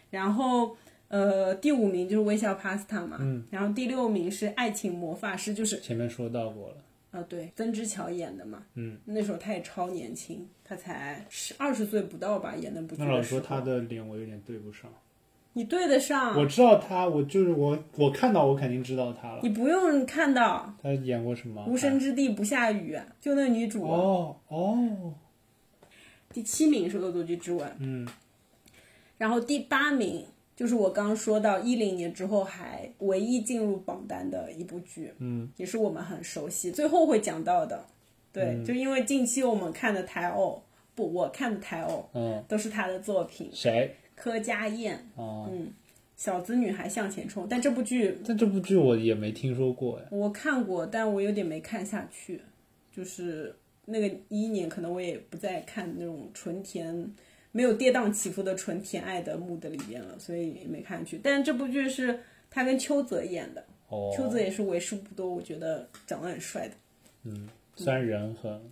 [SPEAKER 2] 然后呃，第五名就是微笑 Pasta 嘛，
[SPEAKER 3] 嗯
[SPEAKER 2] 然后第六名是爱情魔法师，就是
[SPEAKER 3] 前面说到过了，
[SPEAKER 2] 呃对，曾之乔演的嘛，
[SPEAKER 3] 嗯，
[SPEAKER 2] 那时候他也超年轻，他才十二十岁不到吧，演那部剧
[SPEAKER 3] 那
[SPEAKER 2] 的
[SPEAKER 3] 老实
[SPEAKER 2] 时候
[SPEAKER 3] 说他的脸我有点对不上。
[SPEAKER 2] 你对得上，
[SPEAKER 3] 我知道他，我就是我，我看到我肯定知道他了
[SPEAKER 2] 你。不用看到
[SPEAKER 3] 他演过什么？
[SPEAKER 2] 无声之地不下雨，就那女主。
[SPEAKER 3] 哦哦，
[SPEAKER 2] 第七名是恶作剧之吻，
[SPEAKER 3] 嗯
[SPEAKER 2] 然后第八名就是我刚刚说到一零年之后还唯一进入榜单的一部剧，
[SPEAKER 3] 嗯，
[SPEAKER 2] 也是我们很熟悉，最后会讲到的。对，
[SPEAKER 3] 嗯
[SPEAKER 2] 就因为近期我们看的台偶，不，我看的台偶
[SPEAKER 3] 嗯，
[SPEAKER 2] 都是他的作品，
[SPEAKER 3] 谁？
[SPEAKER 2] 柯佳燕，
[SPEAKER 3] 哦，
[SPEAKER 2] 嗯，《小资女孩向前冲》，但这部剧
[SPEAKER 3] 但这部剧我也没听说过哎。
[SPEAKER 2] 我看过，但我有点没看下去，就是那个一一年，可能我也不再看那种纯甜，没有跌宕起伏的纯甜爱的 mood 里边了，所以也没看下去。但这部剧是他跟邱泽演的，
[SPEAKER 3] 哦，
[SPEAKER 2] 邱泽也是为数不多我觉得长得很帅的。
[SPEAKER 3] 嗯，虽然人很，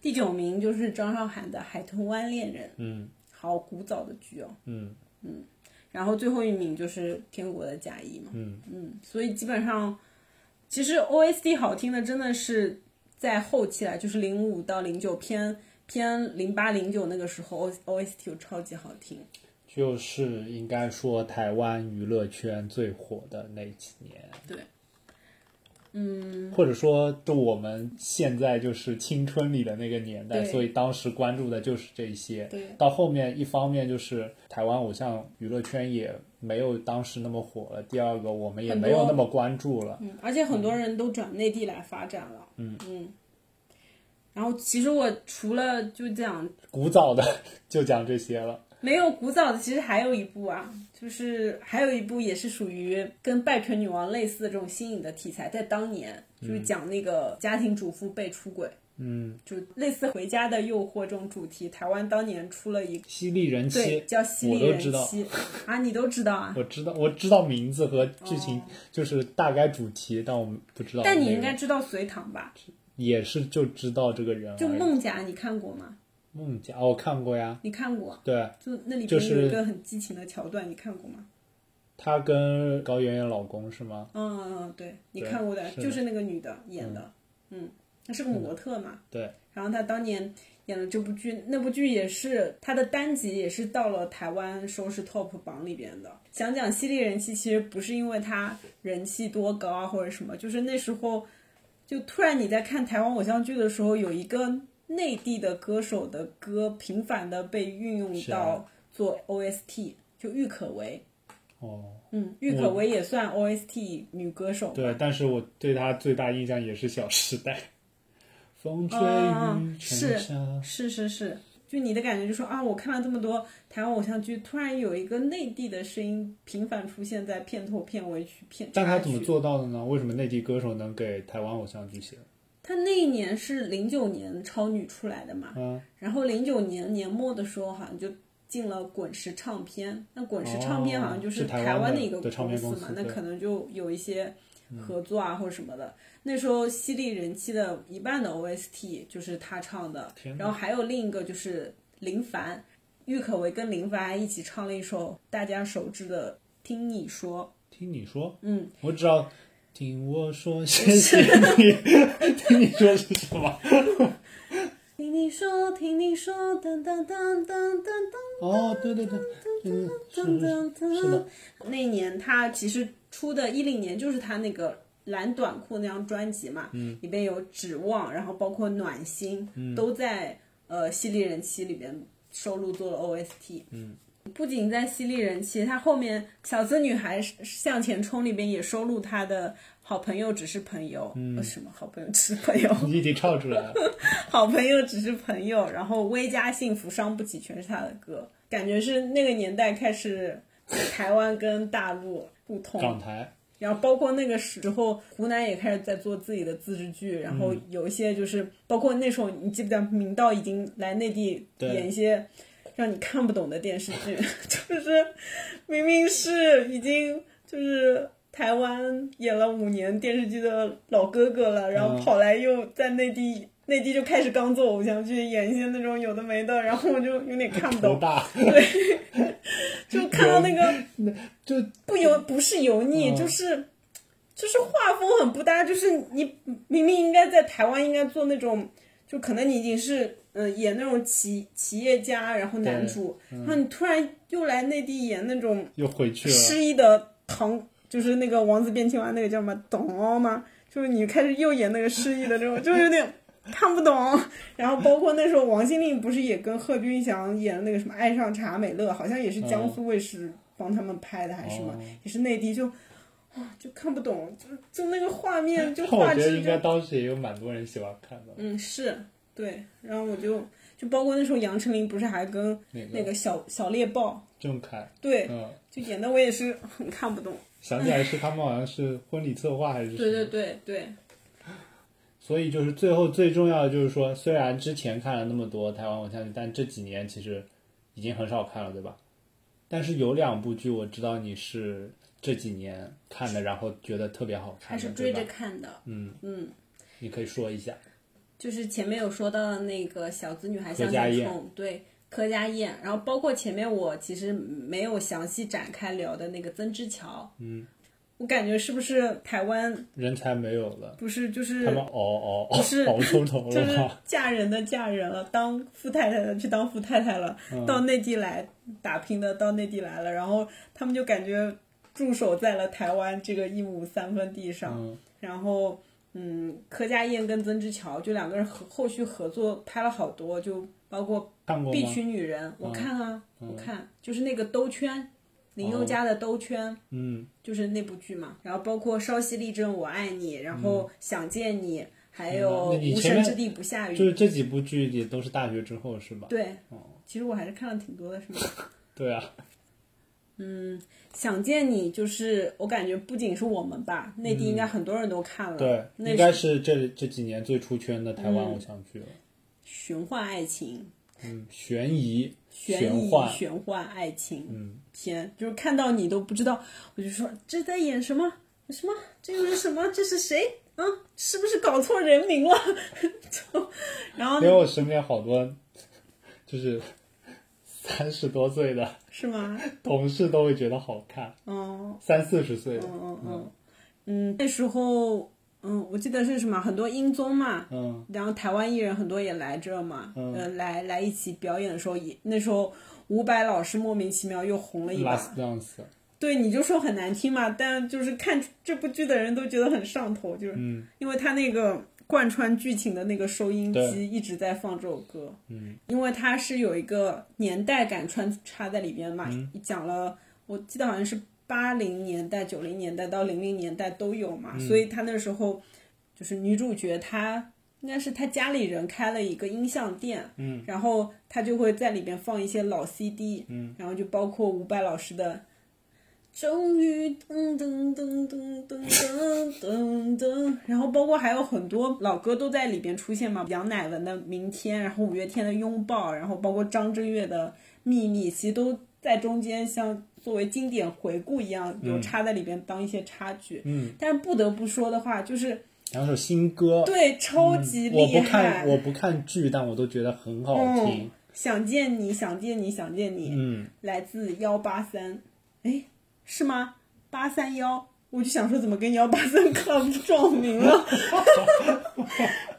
[SPEAKER 2] 第九名就是张韶涵的《海豚湾恋人》，
[SPEAKER 3] 嗯
[SPEAKER 2] 好古早的剧哦。
[SPEAKER 3] 嗯
[SPEAKER 2] 然后最后一名就是《天国的嫁衣》嘛，
[SPEAKER 3] 嗯，
[SPEAKER 2] 所以基本上，其实 OST 好听的真的是在后期来，就是零五到零九偏偏零八零九那个时候 O OST 就超级好听。
[SPEAKER 3] 就是应该说台湾娱乐圈最火的那几年。
[SPEAKER 2] 对，嗯，
[SPEAKER 3] 或者说，就我们现在就是青春里的那个年代，
[SPEAKER 2] 对
[SPEAKER 3] 所以当时关注的就是这些。
[SPEAKER 2] 对
[SPEAKER 3] 到后面一方面就是台湾偶像娱乐圈也没有当时那么火了，第二个我们也
[SPEAKER 2] 很
[SPEAKER 3] 没有
[SPEAKER 2] 多
[SPEAKER 3] 那么关注了。
[SPEAKER 2] 嗯，而且很多人都转内地来发展了。嗯然后其实我除了就讲
[SPEAKER 3] 古早的 就讲这些了。
[SPEAKER 2] 没有古早的，其实还有一部啊，就是还有一部也是属于跟《拜权女王》类似的这种新颖的题材，在当年就是讲那个家庭主妇被出轨，
[SPEAKER 3] 嗯，
[SPEAKER 2] 就类似《回家的诱惑》这种主题。台湾当年出了一个
[SPEAKER 3] 犀利人
[SPEAKER 2] 对
[SPEAKER 3] 妻，
[SPEAKER 2] 叫《犀利
[SPEAKER 3] 我都
[SPEAKER 2] 人
[SPEAKER 3] 知
[SPEAKER 2] 妻
[SPEAKER 3] 道》
[SPEAKER 2] 啊，你都知道啊？
[SPEAKER 3] 我知道，我知道名字和剧情，就是大概主题，但我们不知
[SPEAKER 2] 哦
[SPEAKER 3] 道内容。
[SPEAKER 2] 但你应该知道隋唐吧？
[SPEAKER 3] 也是就知道这个人而已。
[SPEAKER 2] 就孟甲，你看过吗？
[SPEAKER 3] 孟佳，哦我看过呀，
[SPEAKER 2] 你看过？
[SPEAKER 3] 对
[SPEAKER 2] 就那里
[SPEAKER 3] 就
[SPEAKER 2] 边有
[SPEAKER 3] 是
[SPEAKER 2] 一个很激情的桥段，你看过吗？
[SPEAKER 3] 她跟高圆圆老公是吗？
[SPEAKER 2] 嗯嗯，嗯，对，你
[SPEAKER 3] 对
[SPEAKER 2] 看过的，
[SPEAKER 3] 是的
[SPEAKER 2] 就是那个女的演的，嗯，她是个模特嘛，
[SPEAKER 3] 对，
[SPEAKER 2] 然后她当年演了这部剧，那部剧也是她的单集也是到了台湾收视 TOP 榜里边的。想讲犀利人气，其实不是因为她人气多高啊或者什么，就是那时候就突然你在看台湾偶像剧的时候，有一个内地的歌手的歌频繁的被运用
[SPEAKER 3] 是啊
[SPEAKER 2] 到做 OST，就郁可唯。
[SPEAKER 3] 哦，
[SPEAKER 2] 嗯，郁可唯也算 OST 女歌手吧。
[SPEAKER 3] 对，但是我对她最大印象也是《小时代》。 风吹
[SPEAKER 2] 啊
[SPEAKER 3] 雨成
[SPEAKER 2] 是
[SPEAKER 3] 沙，
[SPEAKER 2] 是是是，就你的感觉就是说啊，我看了这么多台湾偶像剧，突然有一个内地的声音频繁出现在片头、片尾曲、片。
[SPEAKER 3] 但
[SPEAKER 2] 插
[SPEAKER 3] 她怎么
[SPEAKER 2] 曲？
[SPEAKER 3] 做到的呢？为什么内地歌手能给台湾偶像剧写？
[SPEAKER 2] 他那一年是零九年超女出来的嘛，
[SPEAKER 3] 嗯，
[SPEAKER 2] 然后零九年年末的时候好像就。进了滚石唱片，那滚石唱片好像就
[SPEAKER 3] 哦是台
[SPEAKER 2] 台
[SPEAKER 3] 湾
[SPEAKER 2] 湾
[SPEAKER 3] 的
[SPEAKER 2] 一个
[SPEAKER 3] 的唱片公
[SPEAKER 2] 嘛
[SPEAKER 3] 司，
[SPEAKER 2] 那
[SPEAKER 3] 对嗯
[SPEAKER 2] 可能就有一些合作啊或者什么的。那时候犀利人气的一半的 OST 就是他唱的，
[SPEAKER 3] 天哪
[SPEAKER 2] 然后还有另一个就是林凡，郁可唯跟林凡一起唱了一首大家熟知的《听你说
[SPEAKER 3] 听你说，》，
[SPEAKER 2] 嗯，
[SPEAKER 3] 我只要听我说，谢谢你。听你说是什么？
[SPEAKER 2] 听你说，听你说，噔噔噔噔噔噔。
[SPEAKER 3] 哦，对对对，嗯，是是是是的，
[SPEAKER 2] 那一年他其实出的一零年就是他那个蓝短裤那张专辑嘛，里边有《指望》，然后包括《暖心》，都在呃《犀利人妻》里边收录做了 OST。
[SPEAKER 3] 嗯，
[SPEAKER 2] 不仅在《犀利人妻》，他后面《小资女孩向前冲》里边也收录他的。好朋友只是朋友，呃什么好朋友只是朋友？
[SPEAKER 3] 你已经唱出来了。
[SPEAKER 2] 好朋友只是朋友，然后微加幸福伤不起，全是他的歌，感觉是那个年代开始，台湾跟大陆不
[SPEAKER 3] 港
[SPEAKER 2] 同，
[SPEAKER 3] 台，
[SPEAKER 2] 然后包括那个时候，湖南也开始在做自己的自制剧，然
[SPEAKER 3] 嗯
[SPEAKER 2] 后有一些就是、包括那时候，你记不记得明道已经来内地
[SPEAKER 3] 对
[SPEAKER 2] 演一些让你看不懂的电视剧， 就是明明是已经就是。台湾演了五年电视剧的老哥哥了，然后
[SPEAKER 3] 嗯
[SPEAKER 2] 跑来又在内地，内地就开始刚做偶像剧，演一些那种有的没的，然后我就有点看不
[SPEAKER 3] 头
[SPEAKER 2] 懂，
[SPEAKER 3] 大，
[SPEAKER 2] 就看到那个
[SPEAKER 3] 就
[SPEAKER 2] 不油不是油腻，
[SPEAKER 3] 嗯
[SPEAKER 2] 就是就是画风很不搭，就是你明明应该在台湾应该做那种，就可能你已经是嗯、呃演那种企企业家，然后男主，
[SPEAKER 3] 嗯
[SPEAKER 2] 然后你突然又来内地演那种
[SPEAKER 3] 又回去了。
[SPEAKER 2] 失忆的唐，就是那个王子变青蛙那个叫什么董奥吗？就是你开始又演那个失忆的这种，就有点看不懂。然后包括那时候王心凌不是也跟贺军翔演了那个什么《爱上查美乐》，好像也是江苏卫视帮他们拍的还是什么，
[SPEAKER 3] 哦
[SPEAKER 2] 也是内地就。哇，就看不懂，就就那个画面，就
[SPEAKER 3] 但哎我
[SPEAKER 2] 画
[SPEAKER 3] 觉得
[SPEAKER 2] 质
[SPEAKER 3] 应
[SPEAKER 2] 就
[SPEAKER 3] 该当时也有蛮多人喜欢看的。
[SPEAKER 2] 嗯，是对。然后我就就包括那时候杨丞琳不是还跟
[SPEAKER 3] 那
[SPEAKER 2] 那个小小猎豹，
[SPEAKER 3] 郑恺，
[SPEAKER 2] 对，
[SPEAKER 3] 嗯，
[SPEAKER 2] 就演的我也是很看不懂。
[SPEAKER 3] 想起来是他们好像是婚礼策划还是什么。
[SPEAKER 2] 对对对对，
[SPEAKER 3] 所以就是最后最重要的就是说，虽然之前看了那么多台湾偶像剧，但这几年其实已经很少看了，对吧？但是有两部剧我知道你是这几年看的，然后觉得特别好
[SPEAKER 2] 还
[SPEAKER 3] 看的，
[SPEAKER 2] 是追着
[SPEAKER 3] 对吧？
[SPEAKER 2] 看的。
[SPEAKER 3] 嗯，
[SPEAKER 2] 嗯，
[SPEAKER 3] 你可以说一下。
[SPEAKER 2] 就是前面有说到的那个小资女孩向
[SPEAKER 3] 柯佳
[SPEAKER 2] 前
[SPEAKER 3] 嬿
[SPEAKER 2] 冲，对。柯佳燕，然后包括前面我其实没有详细展开聊的那个曾之乔，
[SPEAKER 3] 嗯，
[SPEAKER 2] 我感觉是不是台湾
[SPEAKER 3] 人才没有了，
[SPEAKER 2] 不是就是
[SPEAKER 3] 他们熬熬熬
[SPEAKER 2] 不是
[SPEAKER 3] 熬出头
[SPEAKER 2] 就
[SPEAKER 3] 了
[SPEAKER 2] 是
[SPEAKER 3] 吗？
[SPEAKER 2] 嫁人的嫁人了，当富太太的去当富太太了，
[SPEAKER 3] 嗯
[SPEAKER 2] 到内地来打拼的到内地来了，然后他们就感觉驻守在了台湾这个一亩三分地上，
[SPEAKER 3] 嗯，
[SPEAKER 2] 然后嗯，柯佳燕跟曾之乔就两个人合后续合作拍了好多，就包括
[SPEAKER 3] 看
[SPEAKER 2] 《
[SPEAKER 3] 过吗
[SPEAKER 2] 必？娶女人》，我
[SPEAKER 3] 嗯
[SPEAKER 2] 看啊，我看就是那个兜圈，林
[SPEAKER 3] 哦
[SPEAKER 2] 宥嘉的兜圈。
[SPEAKER 3] 嗯，
[SPEAKER 2] 就是那部剧嘛，然后包括《稍息立正我爱你》，然后《想见你》，还有
[SPEAKER 3] 嗯明白那你
[SPEAKER 2] 《无
[SPEAKER 3] 前
[SPEAKER 2] 神
[SPEAKER 3] 面
[SPEAKER 2] 之地不下雨》
[SPEAKER 3] 就是这几部剧也都是大学之后是吧？
[SPEAKER 2] 对，其实我还是看了挺多的，是吗？
[SPEAKER 3] 对啊，
[SPEAKER 2] 想见你就是我感觉不仅是我们吧，内地应该很多人都看了，
[SPEAKER 3] 嗯对，
[SPEAKER 2] 那嗯
[SPEAKER 3] 应该是这这几年最出圈的台湾偶像剧了。
[SPEAKER 2] 玄幻爱情。
[SPEAKER 3] 嗯，悬疑、
[SPEAKER 2] 悬疑
[SPEAKER 3] 幻，嗯
[SPEAKER 2] 玄幻爱情片，就是看到你都不知道，我就说这在演什么什么，这又是什么？这是谁？啊，是不是搞错人名了？ 就然后
[SPEAKER 3] 因为我身边好多就是三十多岁的
[SPEAKER 2] 是吗？
[SPEAKER 3] 同事都会觉得好看，
[SPEAKER 2] 哦，
[SPEAKER 3] 三四十岁的，
[SPEAKER 2] 嗯嗯嗯，那时候嗯，我记得是什么，很多音综嘛，
[SPEAKER 3] 嗯，
[SPEAKER 2] 然后台湾艺人很多也来这嘛，
[SPEAKER 3] 嗯
[SPEAKER 2] 呃，来来一起表演的时候也，那时候伍佰老师莫名其妙又红了一
[SPEAKER 3] l a s
[SPEAKER 2] 把
[SPEAKER 3] t。Dance，嗯
[SPEAKER 2] 对，你就说很难听嘛，但就是看这部剧的人都觉得很上头，就是、
[SPEAKER 3] 嗯
[SPEAKER 2] 因为他那个贯穿剧情的那个收音
[SPEAKER 3] 对
[SPEAKER 2] 机一直在放这首歌，
[SPEAKER 3] 嗯，
[SPEAKER 2] 因为它是有一个年代感穿插在里边嘛，
[SPEAKER 3] 嗯
[SPEAKER 2] 讲了，我记得好像是八零年代、九零年代到零零年代都有嘛，
[SPEAKER 3] 嗯
[SPEAKER 2] 所以他那时候就是女主角她应该是她家里人开了一个音像店，嗯，然后她就会在里边放一些老 CD，嗯，然后就包括伍佰老师的。终于，噔噔噔噔噔噔噔噔，然后包括还有很多老歌都在里边出现嘛，杨乃文的《明天》，然后五月天的《拥抱》，然后包括张震岳的《秘密》，其实都在中间像作为经典回顾一样，有插在里边当一些插曲。嗯，但是不得不说的话，就是
[SPEAKER 3] 两首新歌，
[SPEAKER 2] 对超级
[SPEAKER 3] 嗯我
[SPEAKER 2] 厉
[SPEAKER 3] 不
[SPEAKER 2] 害。
[SPEAKER 3] 看我不看剧，但我都觉得很好
[SPEAKER 2] 嗯
[SPEAKER 3] 听，，
[SPEAKER 2] 想见你，想见你，想见你。
[SPEAKER 3] 嗯，
[SPEAKER 2] 来自幺八三，哎，是吗？八三幺，我就想说怎么跟幺八三 club 撞名了？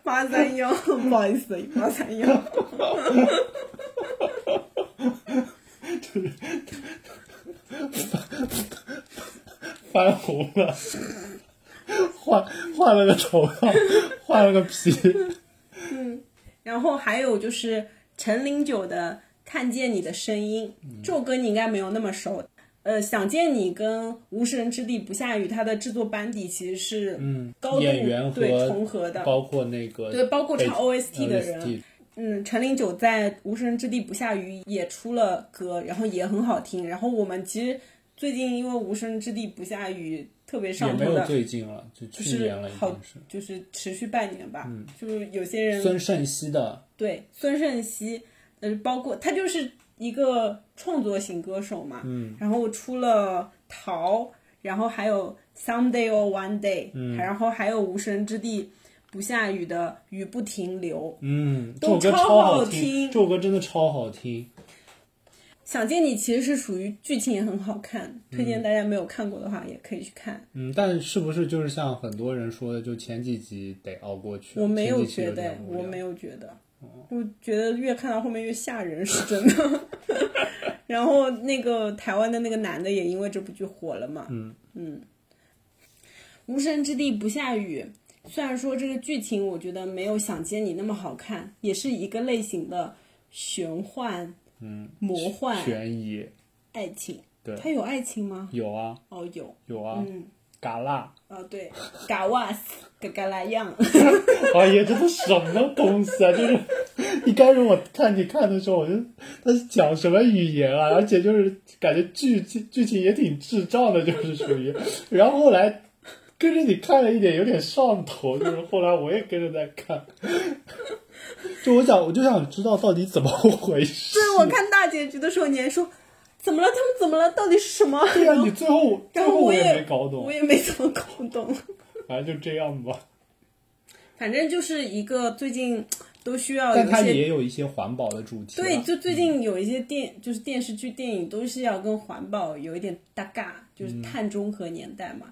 [SPEAKER 2] 八三幺， 不好意思，八三幺，
[SPEAKER 3] 翻红了，换换了个头套，换了个皮，
[SPEAKER 2] 然后还有就是陈零九的《看见你的声音》这首歌，你应该没有那么熟。呃，想见你跟无人之地不下雨，它的制作班底其实是
[SPEAKER 3] 嗯
[SPEAKER 2] 高，度
[SPEAKER 3] 演员和
[SPEAKER 2] 对重合的，
[SPEAKER 3] 包括那个
[SPEAKER 2] 对包括唱 OST 的人
[SPEAKER 3] OST
[SPEAKER 2] 嗯，陈零九在《无神之地不下雨》也出了歌，然后也很好听。然后我们其实最近因为《无神之地不下雨》特别
[SPEAKER 3] 也
[SPEAKER 2] 上
[SPEAKER 3] 没
[SPEAKER 2] 头
[SPEAKER 3] 有
[SPEAKER 2] 的，
[SPEAKER 3] 最近了，就
[SPEAKER 2] 就
[SPEAKER 3] 去
[SPEAKER 2] 是
[SPEAKER 3] 年了，已
[SPEAKER 2] 好
[SPEAKER 3] 经是。
[SPEAKER 2] 就是持续半年吧，就是有些人
[SPEAKER 3] 嗯孙盛熙的，
[SPEAKER 2] 对孙盛熙，呃，包括他就是一个创作型歌手嘛，嗯，然后出了《逃》，然后还有《Someday or One Day》，嗯，然后还有《无神之地不下雨》的《雨不停留》，
[SPEAKER 3] 嗯，这
[SPEAKER 2] 都
[SPEAKER 3] 首歌
[SPEAKER 2] 超
[SPEAKER 3] 超
[SPEAKER 2] 好
[SPEAKER 3] 好
[SPEAKER 2] 听
[SPEAKER 3] 这首歌真的超好听。
[SPEAKER 2] 想见你其实是属于剧情也很好看，推荐大家没有看过的话也可以去看。
[SPEAKER 3] 嗯，但是不是就是像很多人说的，就前几集得熬过去？
[SPEAKER 2] 我没有
[SPEAKER 3] 前几集
[SPEAKER 2] 觉得
[SPEAKER 3] 点，无
[SPEAKER 2] 我
[SPEAKER 3] 聊哦
[SPEAKER 2] 没有觉得，我觉得越看到后面越吓人，是真的。 然后那个台湾的那个男的也因为这部剧火了嘛，嗯无声之地不下雨。虽然说这个剧情我觉得没有《想见你》那么好看，也是一个类型的玄幻、嗯、魔幻
[SPEAKER 3] 悬疑，
[SPEAKER 2] 爱情。
[SPEAKER 3] 对
[SPEAKER 2] 它有爱情吗？
[SPEAKER 3] 有啊
[SPEAKER 2] 哦，有。
[SPEAKER 3] 有啊，
[SPEAKER 2] 嗯
[SPEAKER 3] 嘎啦，
[SPEAKER 2] 哦，对，嘎哇斯，嘎嘎啦样，
[SPEAKER 3] 哎呀，这都什么东西啊？就是 一开始我看你看的时候，我就他是讲什么语言啊？而且就是感觉剧剧剧情也挺智障的，就是属于。然后后来跟着你看了一点，有点上头，就是后来我也跟着在看。就我想，我就想知道到底怎么回事。
[SPEAKER 2] 对我看大结局的时候，你还说怎么了？他们怎么了？到底是什么？
[SPEAKER 3] 对呀、啊你最后最
[SPEAKER 2] 然后
[SPEAKER 3] 后我
[SPEAKER 2] 也
[SPEAKER 3] 没搞懂
[SPEAKER 2] 我，也没怎么搞懂。
[SPEAKER 3] 反正就这样吧。
[SPEAKER 2] 反正就是一个最近都需要
[SPEAKER 3] 但
[SPEAKER 2] 哦有一
[SPEAKER 3] 它
[SPEAKER 2] 些
[SPEAKER 3] 也有一些环保的主题啊、
[SPEAKER 2] 对，就最近有一些电就是电视剧、电影
[SPEAKER 3] 嗯
[SPEAKER 2] 都是要跟环保有一点搭嘎，就是碳中和年代嘛。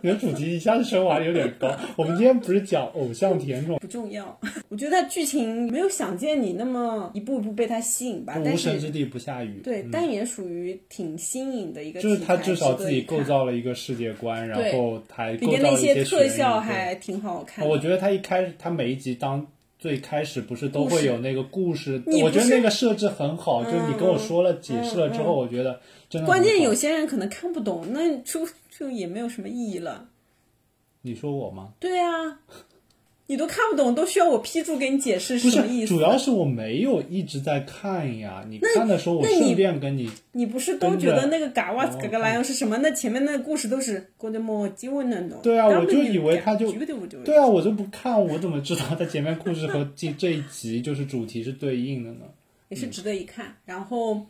[SPEAKER 3] 你的主题一下子升华有点高。我们今天不是讲偶像甜宠，
[SPEAKER 2] 不重要。 我觉得它剧情没有《想见你》那么一步一步被它吸引吧，
[SPEAKER 3] 无
[SPEAKER 2] 啊但
[SPEAKER 3] 神之
[SPEAKER 2] 是
[SPEAKER 3] 地不下雨。
[SPEAKER 2] 对，但也属于挺新颖的一个题
[SPEAKER 3] 就
[SPEAKER 2] 材，
[SPEAKER 3] 是他至少
[SPEAKER 2] 值
[SPEAKER 3] 自
[SPEAKER 2] 得
[SPEAKER 3] 己
[SPEAKER 2] 一看
[SPEAKER 3] 构造了一个世界观，然
[SPEAKER 2] 对
[SPEAKER 3] 后还
[SPEAKER 2] 里
[SPEAKER 3] 构
[SPEAKER 2] 面
[SPEAKER 3] 造
[SPEAKER 2] 那
[SPEAKER 3] 了一
[SPEAKER 2] 些特
[SPEAKER 3] 悬疑
[SPEAKER 2] 效
[SPEAKER 3] 对哦
[SPEAKER 2] 还挺好看的。
[SPEAKER 3] 我觉得他一开始，他每一集当最开始不是都
[SPEAKER 2] 故事
[SPEAKER 3] 会有那个故事，
[SPEAKER 2] 你
[SPEAKER 3] 我
[SPEAKER 2] 不
[SPEAKER 3] 觉得
[SPEAKER 2] 是嗯
[SPEAKER 3] 那个设置很好，就是你跟我说了、解释了之后，我觉得真的
[SPEAKER 2] 关键
[SPEAKER 3] 很好
[SPEAKER 2] 有些人可能看不懂，那就就也没有什么意义了。
[SPEAKER 3] 你说我吗？
[SPEAKER 2] 对啊，你都看不懂，都需要我批注给你解释
[SPEAKER 3] 不
[SPEAKER 2] 是什么意
[SPEAKER 3] 是，
[SPEAKER 2] 思？
[SPEAKER 3] 主要是我没有一直在看呀。你看的时候，我
[SPEAKER 2] 那你
[SPEAKER 3] 顺便跟你
[SPEAKER 2] 你不是都觉得那个嘎哇
[SPEAKER 3] 跟
[SPEAKER 2] 斯
[SPEAKER 3] 着
[SPEAKER 2] 嘎嘎莱昂是什么？那前面那个故事都是过着莫吉问的呢。
[SPEAKER 3] 对啊
[SPEAKER 2] 当
[SPEAKER 3] 我就
[SPEAKER 2] 然没有
[SPEAKER 3] 以为
[SPEAKER 2] 讲
[SPEAKER 3] 他就
[SPEAKER 2] 绝对不就
[SPEAKER 3] 对啊，我就不看，我怎么知道它前面故事和这这一集就是主题是对应的呢？
[SPEAKER 2] 也是值得一看。然后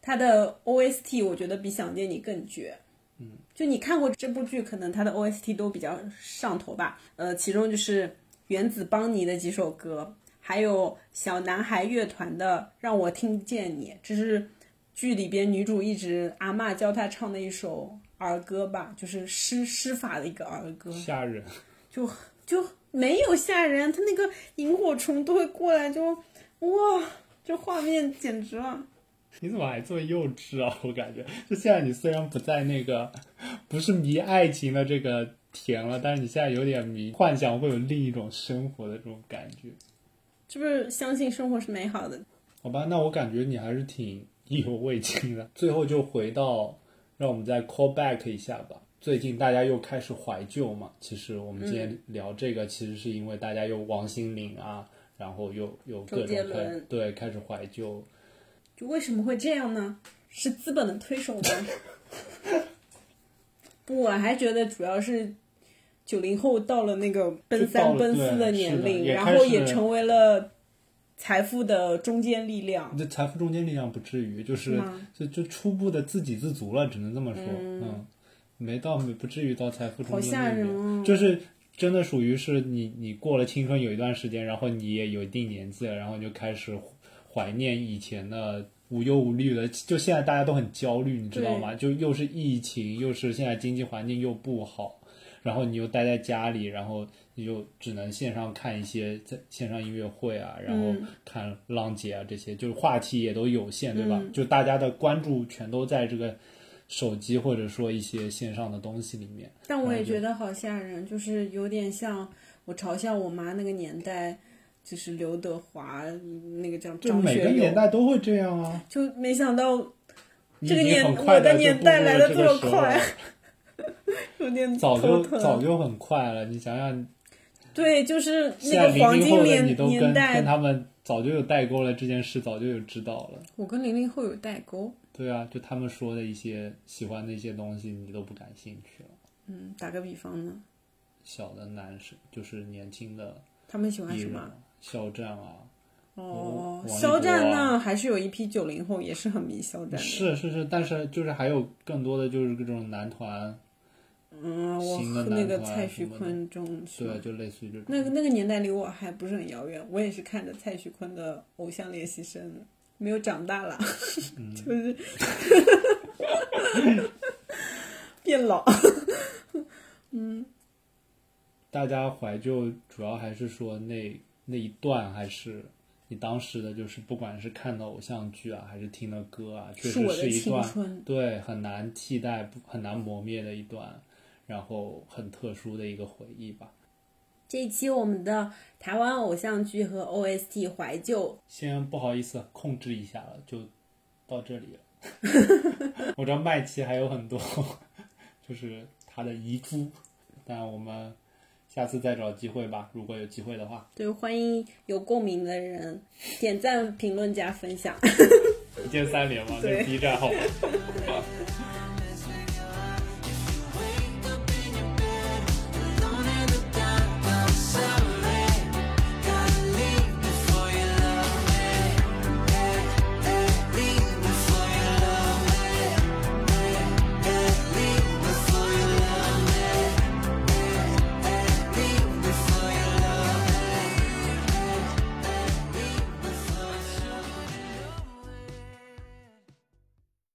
[SPEAKER 2] 它的 OST 我觉得比《想见你》更绝。嗯，就你看过这部剧，可能它的 OST 都比较上头吧。呃，其中就是原子邦尼的几首歌，还有小男孩乐团的《让我听见你》，这是剧里边女主一直阿嬷教她唱的一首儿歌吧，就是诗诗法的一个儿歌。
[SPEAKER 3] 吓人，
[SPEAKER 2] 就就没有吓人，他那个萤火虫都会过来就，哇，这画面简直了。
[SPEAKER 3] 你怎么还这么幼稚啊？我感觉，就现在你虽然不在那个不是迷爱情的这个甜了，但是你现在有点迷幻想，会有另一种生活的这种感觉。
[SPEAKER 2] 是不是相信生活是美好的？
[SPEAKER 3] 好吧，那我感觉你还是挺意犹未尽的。最后就回到，让我们再 call back 一下吧。最近大家又开始怀旧嘛，其实我们
[SPEAKER 2] 嗯
[SPEAKER 3] 今天聊这个，其实是因为大家又王心凌啊，然后又又各
[SPEAKER 2] 周杰
[SPEAKER 3] 种开
[SPEAKER 2] 伦
[SPEAKER 3] 对开始怀旧。
[SPEAKER 2] 就为什么会这样呢？是资本的推手吗？ 不，我还觉得主要是九零后到了那个奔
[SPEAKER 3] 到
[SPEAKER 2] 三
[SPEAKER 3] 了
[SPEAKER 2] 奔四
[SPEAKER 3] 对
[SPEAKER 2] 年
[SPEAKER 3] 是的
[SPEAKER 2] 龄，
[SPEAKER 3] 也
[SPEAKER 2] 然
[SPEAKER 3] 开
[SPEAKER 2] 后
[SPEAKER 3] 始
[SPEAKER 2] 也成为了财富的中坚力量。嗯
[SPEAKER 3] 这财富中间力量不至于，就是
[SPEAKER 2] 是吗
[SPEAKER 3] 就就初步的自给自足了，只能这么说。嗯，没到没不至于到财富
[SPEAKER 2] 好
[SPEAKER 3] 中间
[SPEAKER 2] 吓
[SPEAKER 3] 力
[SPEAKER 2] 人
[SPEAKER 3] 量，
[SPEAKER 2] 哦
[SPEAKER 3] 就是真的属于是你你过了青春有一段时间，然后你也有一定年纪了，然后你就开始怀念以前的。无忧无虑的，就现在大家都很焦虑，你知道吗？就又是疫情，又是现在经济环境又不好，然后你又待在家里，然后你就只能线上看一些在线上音乐会啊，然后看浪姐啊这些，就是话题也都有限，对吧？就大家的关注全都在这个手机或者说一些线上的东西里面。
[SPEAKER 2] 但我也觉得好吓人，就是有点像我嘲笑我妈那个年代，就是刘德华那个叫
[SPEAKER 3] 就
[SPEAKER 2] 张
[SPEAKER 3] 每
[SPEAKER 2] 学
[SPEAKER 3] 个
[SPEAKER 2] 友，
[SPEAKER 3] 年代都会这样啊。
[SPEAKER 2] 就没想到
[SPEAKER 3] 你
[SPEAKER 2] 这个
[SPEAKER 3] 已经
[SPEAKER 2] 年
[SPEAKER 3] 很快
[SPEAKER 2] 我的
[SPEAKER 3] 地就
[SPEAKER 2] 年
[SPEAKER 3] 步
[SPEAKER 2] 代
[SPEAKER 3] 入
[SPEAKER 2] 来
[SPEAKER 3] 了
[SPEAKER 2] 得
[SPEAKER 3] 这
[SPEAKER 2] 这
[SPEAKER 3] 个
[SPEAKER 2] 么
[SPEAKER 3] 时候
[SPEAKER 2] 快
[SPEAKER 3] 了
[SPEAKER 2] 有点
[SPEAKER 3] 早
[SPEAKER 2] 头
[SPEAKER 3] 就
[SPEAKER 2] 疼。
[SPEAKER 3] 早就很快了。你想想，
[SPEAKER 2] 对，就是
[SPEAKER 3] 现
[SPEAKER 2] 那
[SPEAKER 3] 在
[SPEAKER 2] 个
[SPEAKER 3] 零
[SPEAKER 2] 黄
[SPEAKER 3] 零
[SPEAKER 2] 金
[SPEAKER 3] 后的
[SPEAKER 2] 年
[SPEAKER 3] 你都
[SPEAKER 2] 年
[SPEAKER 3] 跟跟
[SPEAKER 2] 代，
[SPEAKER 3] 他们早就有代沟了，这件事早就有知道了。
[SPEAKER 2] 我跟零零后有代沟。
[SPEAKER 3] 对啊，就他们说的一些喜欢的一些东西，你都不感兴趣了。
[SPEAKER 2] 嗯，打个比方呢，
[SPEAKER 3] 小的男生就是年轻的
[SPEAKER 2] 他们喜欢
[SPEAKER 3] 艺
[SPEAKER 2] 什
[SPEAKER 3] 人
[SPEAKER 2] 么
[SPEAKER 3] 啊？，肖战啊，
[SPEAKER 2] 哦
[SPEAKER 3] 王，一
[SPEAKER 2] 肖战
[SPEAKER 3] 博啊
[SPEAKER 2] 呢，还是有一批九零后也是很迷肖战的。
[SPEAKER 3] 是是是，但是就是还有更多的就是各种男团，
[SPEAKER 2] 嗯，我
[SPEAKER 3] 新的
[SPEAKER 2] 和那
[SPEAKER 3] 男
[SPEAKER 2] 个
[SPEAKER 3] 团
[SPEAKER 2] 蔡
[SPEAKER 3] 什
[SPEAKER 2] 徐
[SPEAKER 3] 么的
[SPEAKER 2] 坤中是吗
[SPEAKER 3] 对，就类似于这种。
[SPEAKER 2] 那个那个年代离我还不是很遥远，我也是看着蔡徐坤的《偶像练习生》，没有长大啦，
[SPEAKER 3] 嗯
[SPEAKER 2] 就是变老。
[SPEAKER 3] 大家怀旧主要还是说那那一段，还是你当时的，就是不管是看的偶像剧啊，还是听的歌啊，确
[SPEAKER 2] 是
[SPEAKER 3] 实
[SPEAKER 2] 我的
[SPEAKER 3] 是一
[SPEAKER 2] 青
[SPEAKER 3] 段
[SPEAKER 2] 春
[SPEAKER 3] 对很难替代、不很难磨灭的一段，然后很特殊的一个回忆吧。
[SPEAKER 2] 这一期我们的台湾偶像剧和 OST 怀旧，
[SPEAKER 3] 先不好意思控制一下了，就到这里了。 我知道麦琪还有很多， 就是他的遗珠，但我们下次再找机会吧，如果有机会的话。
[SPEAKER 2] 对，欢迎有共鸣的人点赞、评论、加分享。
[SPEAKER 3] 一键三连嘛，
[SPEAKER 2] 对
[SPEAKER 3] 那 B 站好吧？